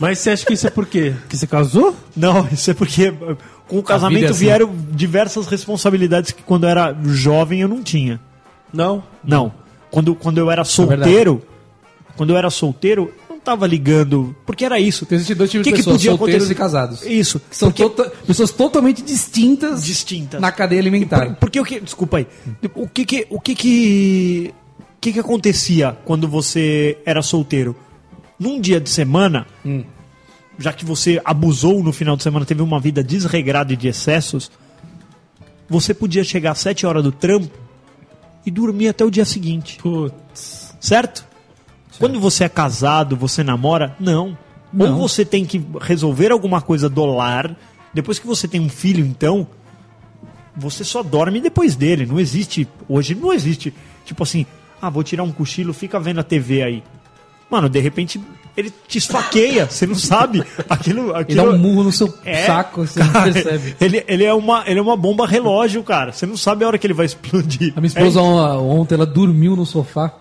Mas você acha que isso é por quê? Porque você casou? Não, isso é porque eh, com o casamento vida é assim. vieram diversas responsabilidades que quando eu era jovem eu não tinha. Não. Não. Quando, quando eu era É verdade. solteiro, quando eu era solteiro, eu não tava ligando, porque era isso. Tem existem dois tipos Que de que pessoas, podia solteiros acontecer? e casados. Isso. Que são tota- pessoas totalmente distintas, Distintas. na cadeia Por- alimentar. Porque o que. Desculpa aí. O que que. O que que. O que que acontecia quando você era solteiro? Num dia de semana, já que você abusou no final de semana, teve uma vida desregrada e de excessos, você podia chegar às 7 horas do trampo e dormir até o dia seguinte. Putz. Certo? Quando você é casado, você namora, não. Ou você tem que resolver alguma coisa do lar. Depois que você tem um filho, então, você só dorme depois dele. Não existe. Hoje não existe. Tipo assim, ah, vou tirar um cochilo, fica vendo a TV aí. Mano, de repente ele te esfaqueia, você não sabe. Aquilo, E aquilo dá um murro no seu É, saco, assim, você não cara, percebe. Ele, ele, é uma, ele é uma bomba relógio, cara. Você não sabe a hora que ele vai explodir. A minha É esposa on- ontem, ela dormiu no sofá,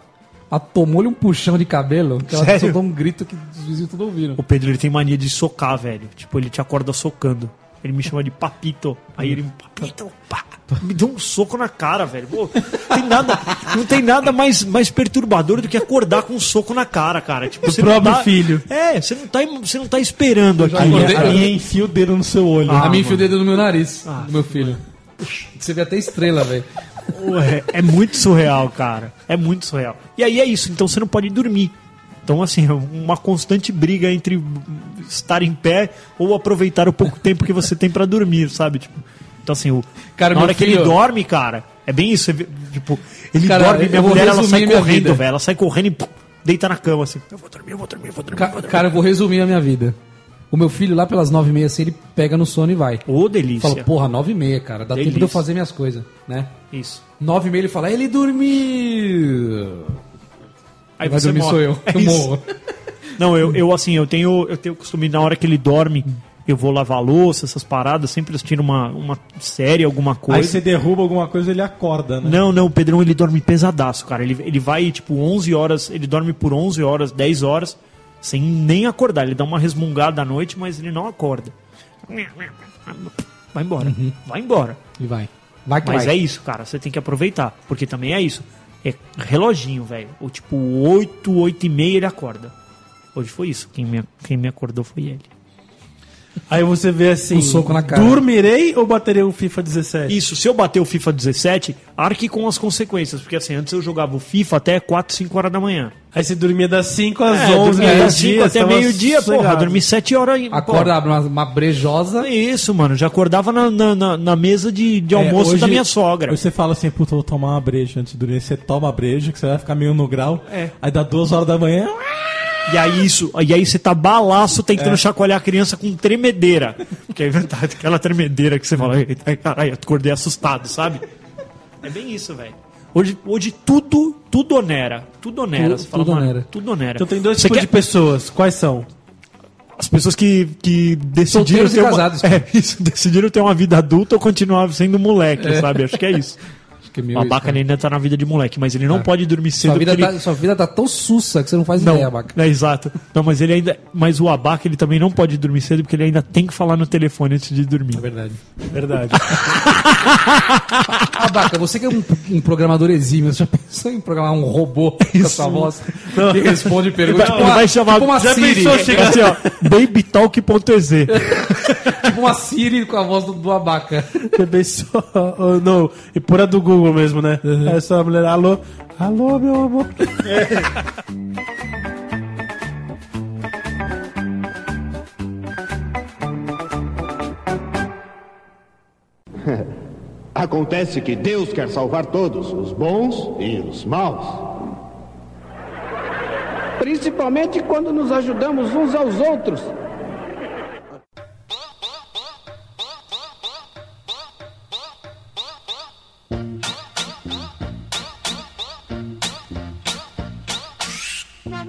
ela tomou-lhe um puxão de cabelo, que ela Sério? soltou um grito que os vizinhos tudo ouviram. O Pedro ele tem mania de socar, velho. Tipo, ele te acorda socando. Ele me chama de papito. Aí ele, papito, pá, me deu um soco na cara, velho. Pô, tem nada, não tem nada mais, mais perturbador do que acordar com um soco na cara, cara. Tipo, você não próprio filho. É, você não tá, você não tá esperando aqui. Aí, acordei- aí enfia o dedo no seu olho. Ah, a minha enfia o dedo no meu nariz, do meu filho. Você vê até estrela, velho. Ué, é muito surreal, cara. É muito surreal. E aí é isso, então você não pode dormir. Então, assim, é uma constante briga entre estar em pé ou aproveitar o pouco tempo que você tem pra dormir, sabe? Tipo, então, assim, o, Cara, na meu hora que ele filho- dorme, cara, é bem isso. você vê, Tipo, ele Cara, dorme, eu minha vou mulher, ela sai resumir minha vida. correndo, velho. Ela sai correndo e pum, deita na cama, assim. Eu vou dormir, eu vou dormir, eu vou dormir. eu Ca- vou dormir. cara, eu vou resumir a minha vida. O meu filho, lá pelas nove e meia, assim, ele pega no sono e vai. Ô, delícia. Fala, porra, nove e meia, cara, dá tempo de eu Delícia. fazer minhas coisas, né? Isso. Nove e meia ele fala, ele dormiu. Aí Vai você dormir morre. sou eu, É eu isso. morro. Não, eu, eu assim, eu tenho eu tenho o costume, na hora que ele dorme, eu vou lavar a louça, essas paradas, sempre assistindo uma, uma série, alguma Aí coisa. você derruba alguma coisa ele acorda, né? Não, não, o Pedrão ele dorme pesadaço, cara. Ele, ele vai, tipo, 11 horas, ele dorme por 11 horas, 10 horas, sem nem acordar. Ele dá uma resmungada à noite, mas ele não acorda. Vai embora, Uhum. vai embora. E vai. Vai que Mas vai. é isso, cara, você tem que aproveitar, porque também é isso. É reloginho, velho. Ou tipo, 8, 8 e meia ele acorda. Hoje foi isso. Quem me, quem me acordou foi ele. Aí você vê assim, Um soco na cara. dormirei ou baterei o FIFA 17? É. Isso, se eu bater o FIFA 17, arque com as consequências. Porque assim, antes eu jogava o FIFA até 4, 5 horas da manhã. Aí você dormia das 5 às É, 11, dormia das meio-dia, 5 até tava meio-dia, porra. sossegado. Dormi 7 horas aí. Acorda, abre uma, uma brejosa. porra. Isso, mano. Já acordava na, na, na- na mesa de, de É, almoço hoje- da minha sogra. Hoje você fala assim, puta, eu vou tomar uma breja antes de dormir. Você toma a breja, que você vai ficar meio no grau. É. Aí dá duas horas da manhã. E aí isso, e aí você tá balaço É. tentando chacoalhar a criança com tremedeira. Porque é verdade, aquela tremedeira que você fala, "Eita, caralho, eu acordei assustado, sabe? É bem isso, velho. Hoje, hoje tudo, tudo onera. Tudo onera. Tu- você fala, tudo mano, onera. Tudo onera. Então tem dois Você tipos quer- de pessoas. Quais são? As pessoas que, que decidiram Solteiros e ter uma... casados. É, isso, decidiram ter uma vida adulta ou continuar sendo moleque, sabe? Acho que é isso. Acho que é O meio Abaca isso, né? ele ainda tá na vida de moleque, mas ele não pode dormir cedo. É. sua, vida porque ele- tá, sua vida tá tão sussa que você não faz Não, ideia, Abaca. é, exato. Não, mas ele ainda. Mas o abaca ele também não pode dormir cedo, porque ele ainda tem que falar no telefone antes de dormir. É verdade. Verdade. Abaca, você que é um, um programador exímio, você já pensou em programar um robô com a sua voz que responde perguntas? Ele vai chamar. tipo uma já Siri, pensou chegar assim, ó, babytalk.ez. tipo uma Siri com a voz do, do Abaca. Bebê só. Oh, não. E pura do Google mesmo, né? É só a mulher. Alô? Alô, meu amor. Acontece que Deus quer salvar todos, os bons e os maus. Principalmente quando nos ajudamos uns aos outros.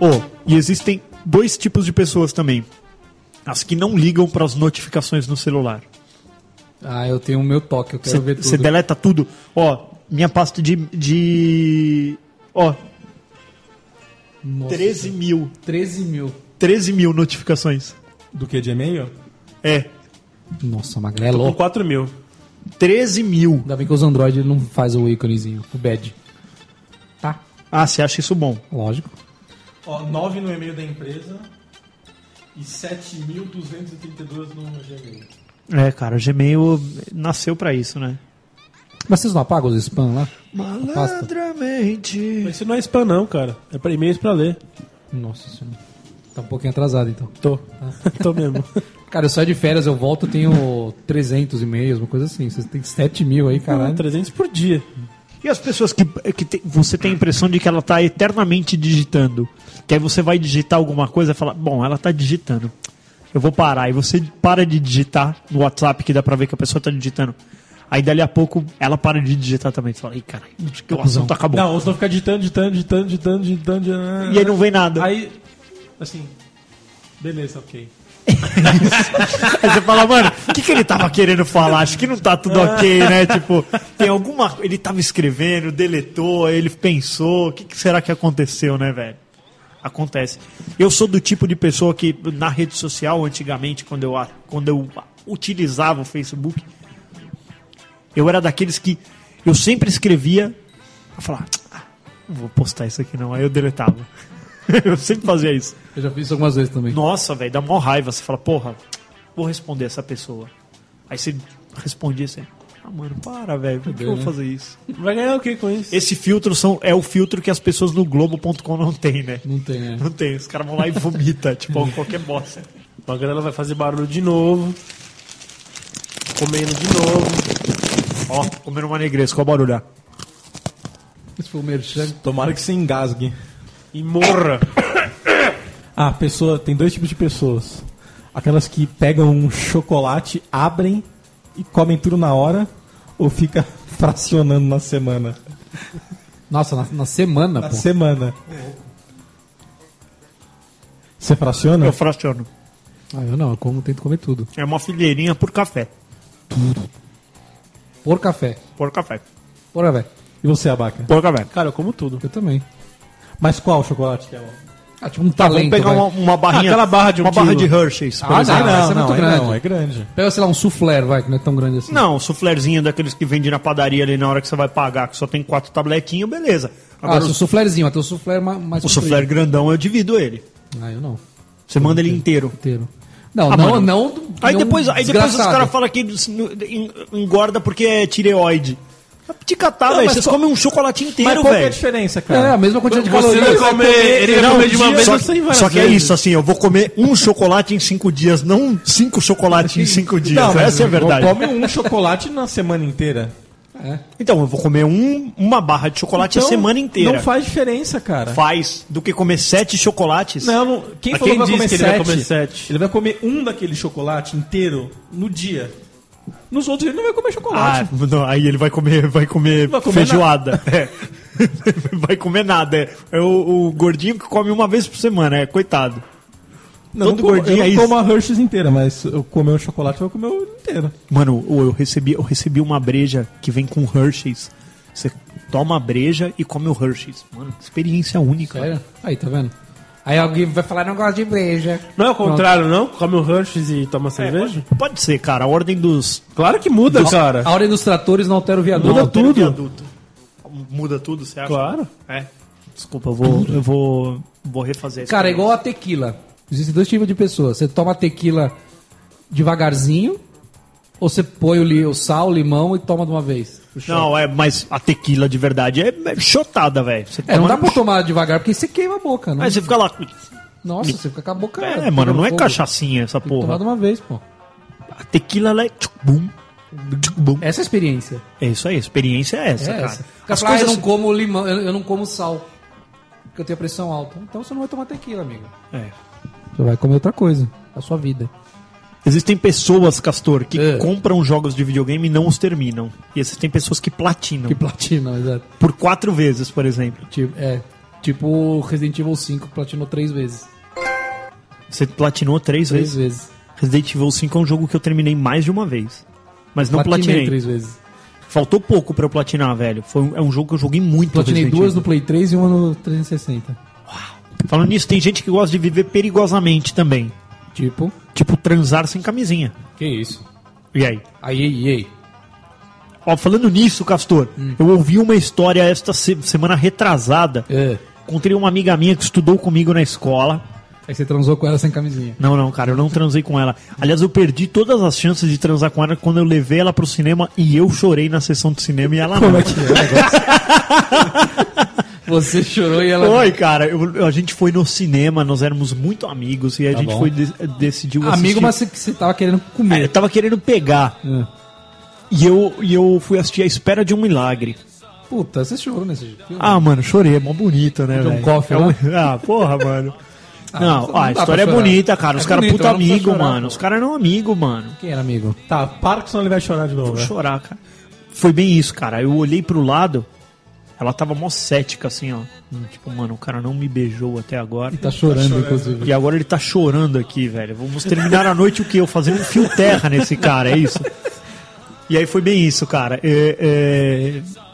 Ô, e existem dois tipos de pessoas também. As que não ligam para as notificações no celular. Ah, eu tenho o meu toque, eu quero ver tudo. Você deleta tudo. Ó, minha pasta de. de ó, Nossa, 13 mil. 13 mil. 13 mil notificações. Do que? De e-mail? É, Nossa, Com Magrelo. 4 mil. 13 mil. Ainda bem que os Android não faz o íconezinho, o bad. Tá, Ah, você acha isso bom? lógico. Ó, 9 no e-mail da empresa e 7.232 no Gmail. É, cara, o Gmail nasceu para isso, né? Mas vocês não apagam os spam lá? Malandramente. Mas isso não é spam, não, cara. É pra e-mails pra ler. Nossa senhora. Tá um pouquinho atrasado então. Tô. Tô mesmo. Cara, eu saio de férias, eu volto, eu tenho 300 e-mails, uma coisa assim. Vocês têm 7 mil aí, Caralho. caralho. 300 por dia. E as pessoas que, que tem- você tem a impressão de que ela tá eternamente digitando. Que aí você vai digitar alguma coisa e fala, bom, ela tá digitando. Eu vou parar. E você para de digitar no WhatsApp, que dá pra ver que a pessoa tá digitando. Aí dali a pouco ela para de digitar também. Você fala, ih, caralho, acho que o assunto acabou. Não, ou senão fica digitando, digitando, digitando, digitando, digitando. digitando. E aí não vem nada. Aí, Aí, assim, beleza, ok. você fala, mano, o que, que ele tava querendo falar? Acho que não tá tudo ok, né? Tipo, tem alguma. Ele tava escrevendo, deletou, aí ele pensou. O que, que será que aconteceu, né, velho? Acontece. Eu sou do tipo de pessoa que na rede social, antigamente, quando eu, a- quando eu utilizava o Facebook, eu era daqueles que eu sempre escrevia pra falar, "Ah, não vou postar isso aqui não, aí eu deletava. eu sempre fazia isso. Eu já fiz isso algumas vezes também. Nossa, velho, dá mó raiva. Você fala, porra, vou responder essa pessoa. Aí você respondia assim, ah, mano, para, velho, por que eu vou fazer isso? né? Vai ganhar o que com isso? Esse filtro são, é o filtro que as pessoas no Globo.com não tem, né? Não tem, né? Não tem, os caras vão lá e vomitam, tipo, qualquer bosta. A galera vai fazer barulho de novo. Comendo de novo. Ó, comendo uma negresca, qual barulho? é? Isso foi o merchan. Tomara que você engasgue. E morra. Ah, pessoa, tem dois tipos de pessoas. Aquelas que pegam um chocolate, abrem e comem tudo na hora, ou fica fracionando na semana. Nossa, na, na semana, Na pô. semana. Você fraciona? Eu fraciono. Ah, eu não, eu como, tento comer tudo. É uma fileirinha por café. Por café. Por café. Por café. E você, abaca? Por café. Cara, eu como tudo. Eu também. Mas qual chocolate que é? o- Ah, tipo um Vamos talento, pegar vai. uma, uma barrinha. Aquela barra de um Uma barra de quilo. Hershey's. por Ah, exemplo. não, essa é muito aí grande. não, é grande. Pega, sei lá, um soufflé, vai, que não é tão grande assim. Não, soufflezinho daqueles que vende na padaria ali na hora que você vai pagar, que só tem quatro tabletinhos, beleza. Agora, Agora, ah, o soufflézinho, até o Um soufflé mais... mais o soufflé grandão eu divido ele. Ah, eu não. Você manda ele inteiro. Inteiro. Não, Ah, não, mano. não. Aí não depois, aí depois os um desgraçado. caras falam que eles no- en- engorda porque é tireoide. Vai Te catar, velho. mas Vocês qual- comem um chocolate Mas inteiro, qual que é a velho. diferença, É, cara? a mesma quantidade de Você vai calorias. comer, ele vai Não, comer de uma dia vez. só Só... sei várias Só que é vezes. isso, assim, eu vou comer um chocolate em cinco dias, não cinco chocolates em cinco dias. Não, mas Essa é a verdade. Come um chocolate na semana inteira. Então, eu vou comer um- uma barra de chocolate Então, a semana inteira. Não faz diferença, cara. Faz do que comer sete chocolates. É. Não, não- quem Mas quem falou que, vai disse comer, que ele sete, vai comer sete? Ele vai comer um daquele chocolate inteiro no dia. Nos outros ele não vai comer chocolate. Ah, não, aí ele vai comer, vai comer, Vai comer feijoada. É. vai comer nada. É, É o, o gordinho que come uma vez por semana, é coitado. não, todo eu não como- gordinho eu é não isso. como a Hershey's inteira, mas eu comer o chocolate eu vou comer o inteiro. Mano, eu eu recebi, eu recebi uma breja que vem com Hershey's. Você toma a breja e come o Hershey's. Mano, que experiência única. Sério? Aí, tá vendo? Aí alguém vai falar, não gosta de breja. Não é o contrário, não? Come o Hershey's e toma cerveja? Pode ser, cara. A ordem dos. Claro que muda, cara. A ordem dos tratores não altera o viaduto. Muda tudo. Viaduto. Muda tudo, você acha? Claro. É. Desculpa, eu vou, eu vou, vou refazer isso. Cara, é igual a tequila. Existem dois tipos de pessoas. Você toma tequila devagarzinho, ou você põe o, li- o sal, o limão e toma de uma vez. O shot. Não, é, mas a tequila de verdade é, é chotada, velho. Você É, não toma dá um pra tomar devagar, porque você queima a boca, né? Aí você fica lá. Nossa, você fica com a boca. É, mano, não é fogo. cachaçinha essa Tem que Tomar porra. de uma vez, pô. A tequila ela é. tchuc, Bum, tchuc, bum. Essa é a experiência. É isso aí, a experiência é É essa, cara. essa. O cara As fala, ah, eu coisas. não como limão, eu eu não como sal. Porque eu tenho pressão alta. Então você não vai tomar tequila, amigo. É. Você vai comer outra coisa. A sua vida. Existem pessoas, Castor, que É. compram jogos de videogame e não os terminam. E existem pessoas que platinam. Que platina, exato. Por quatro vezes, por exemplo. Tipo, é. Tipo Resident Evil 5 platinou três vezes. Você platinou três, Três vezes. vezes. Resident Evil 5 é um jogo que eu terminei mais de uma vez. Mas não Platinei platinei. três vezes. Faltou pouco pra eu platinar, velho. Foi um- é um jogo que eu joguei muito. Platinei Resident duas Evil. no Play 3 e uma no 360. Falando nisso, tem gente que gosta de viver perigosamente também. Tipo. Tipo, transar sem camisinha. Que isso? E aí? Aí, aí, aí. Ó, falando nisso, Castor, Hum. eu ouvi uma história esta se- semana retrasada. É. Encontrei uma amiga minha que estudou comigo na escola. Aí você transou com ela sem camisinha. Não, não, cara, eu não transei com ela. Aliás, eu perdi todas as chances de transar com ela quando eu levei ela pro cinema e eu chorei na sessão de cinema e ela é é não. Você chorou e ela. Foi, cara. eu- a gente foi no cinema, nós éramos muito amigos e a gente Tá bom. foi de- decidiu Amigo, assistir. mas você, você tava querendo É, eu comer. tava querendo pegar. E eu, e eu fui assistir A Espera de um Milagre. Puta, você chorou nesse filme. Ah, mano, chorei. É mó bonito, né, John velho? Coffey, É um- né? Ah, porra, mano. não não, ah, dá pra a história é chorar. bonita, cara. Os É caras bonito, puta mas não precisa amigo, chorar, mano. pô. Os caras não é um amigo, mano. Quem era amigo? Tá, para que senão ele vai chorar de novo. Vou né? chorar, cara. Foi bem isso, cara. Eu olhei pro lado, ela tava mó cética, assim, ó. Hum, Tipo, mano, o cara não me beijou até agora. Tá chorando, inclusive. E agora ele tá chorando aqui, velho. Vamos terminar a noite o quê? Eu fazendo um fio terra nesse cara, é isso? E aí foi bem isso, cara. É, é,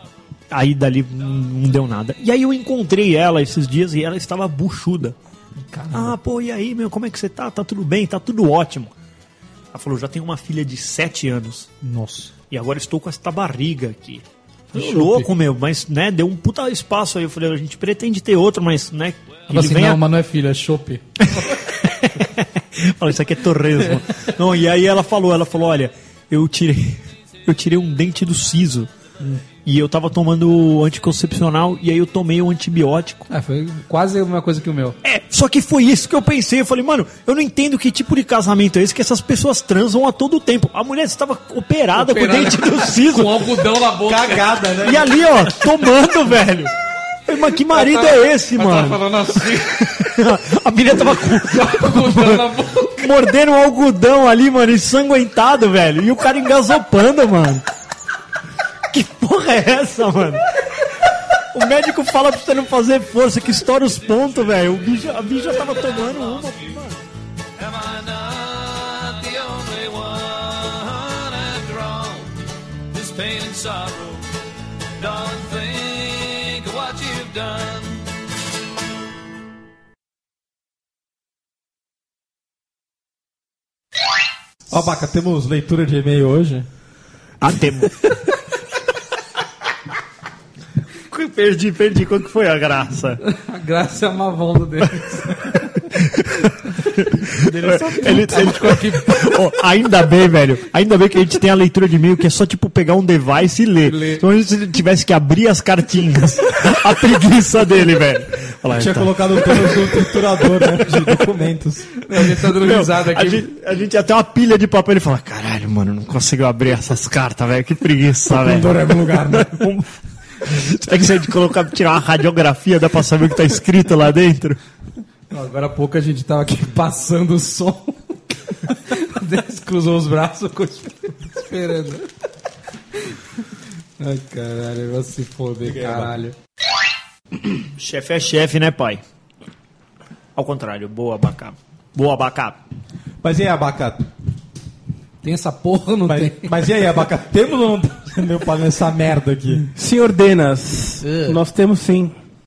Aí dali hum, não deu nada. E aí eu encontrei ela esses dias e ela estava buchuda. Ah, pô, e aí, meu, como é que você tá? Tá tudo bem? Tá tudo ótimo. Ela falou, já tenho uma filha de 7 anos. Nossa. E agora estou com esta barriga aqui. Falei, "Ô, louco, meu, mas, né, deu um puta espaço aí. Eu falei, a gente pretende ter outro, mas, né, que Fala ele assim, venha não, mas não é filho, é chope. Fala, isso aqui é torresmo. Não, e aí ela falou, ela falou, olha, eu tirei, eu tirei um dente do siso. E eu tava tomando anticoncepcional e aí eu tomei um antibiótico. Ah, foi quase a mesma coisa que o meu. É, só que foi isso que eu pensei. Eu falei, mano, eu não entendo que tipo de casamento é esse que essas pessoas transam a todo tempo. A mulher estava operada, com o dente do siso. Com algodão na boca. Cagada, né? E ali, ó, tomando, velho. Falei, Mas que marido é esse, mano? falando assim, A menina tava com- com algodão na boca. mordendo um algodão ali, mano, ensanguentado, velho. E o cara engasopando, mano. Que porra é essa, mano? O médico fala pra você não fazer força, que estoura os pontos, velho. O bicho, a bicha tava tomando uma. Am I not the only one after all? This pain and sorrow, darling, think of what you've done. Ó, Baca, temos leitura de e-mail hoje. Ah, temo. perdi, perdi. Qual que foi a graça? A graça é a má volta dele. Ele, ele ficou aqui. Ó, ainda bem, velho. Ainda bem que a gente tem a leitura de e-mail que é só tipo pegar um device e ler. ler. Então se ele tivesse que abrir as cartinhas, a preguiça dele, velho. Olha lá, Tinha tá. colocado um o Thanos no triturador, né? De documentos. Não, a gente tá dando Meu, risada a, aqui. gente, a gente até uma pilha de papel e fala: caralho, mano, não conseguiu abrir essas cartas, velho. Que preguiça, velho. Pandora é algum lugar, né? Será É que se a gente colocar, tirar uma radiografia, dá pra saber o que tá escrito lá dentro? Não, Agora há pouco a gente tava aqui passando o som. Deus cruzou os braços, ficou esperando. Ai, caralho, vai se foder, caralho. Chefe é chefe, né, pai? Ao contrário, boa, abacá. Boa, abacá. Mas e aí, abacate? Tem essa porra ou não Mas, tem? mas e aí, tá- abacate? Temos ou não temos meu pau nessa merda aqui? Senhor Denas, Eh. nós temos sim.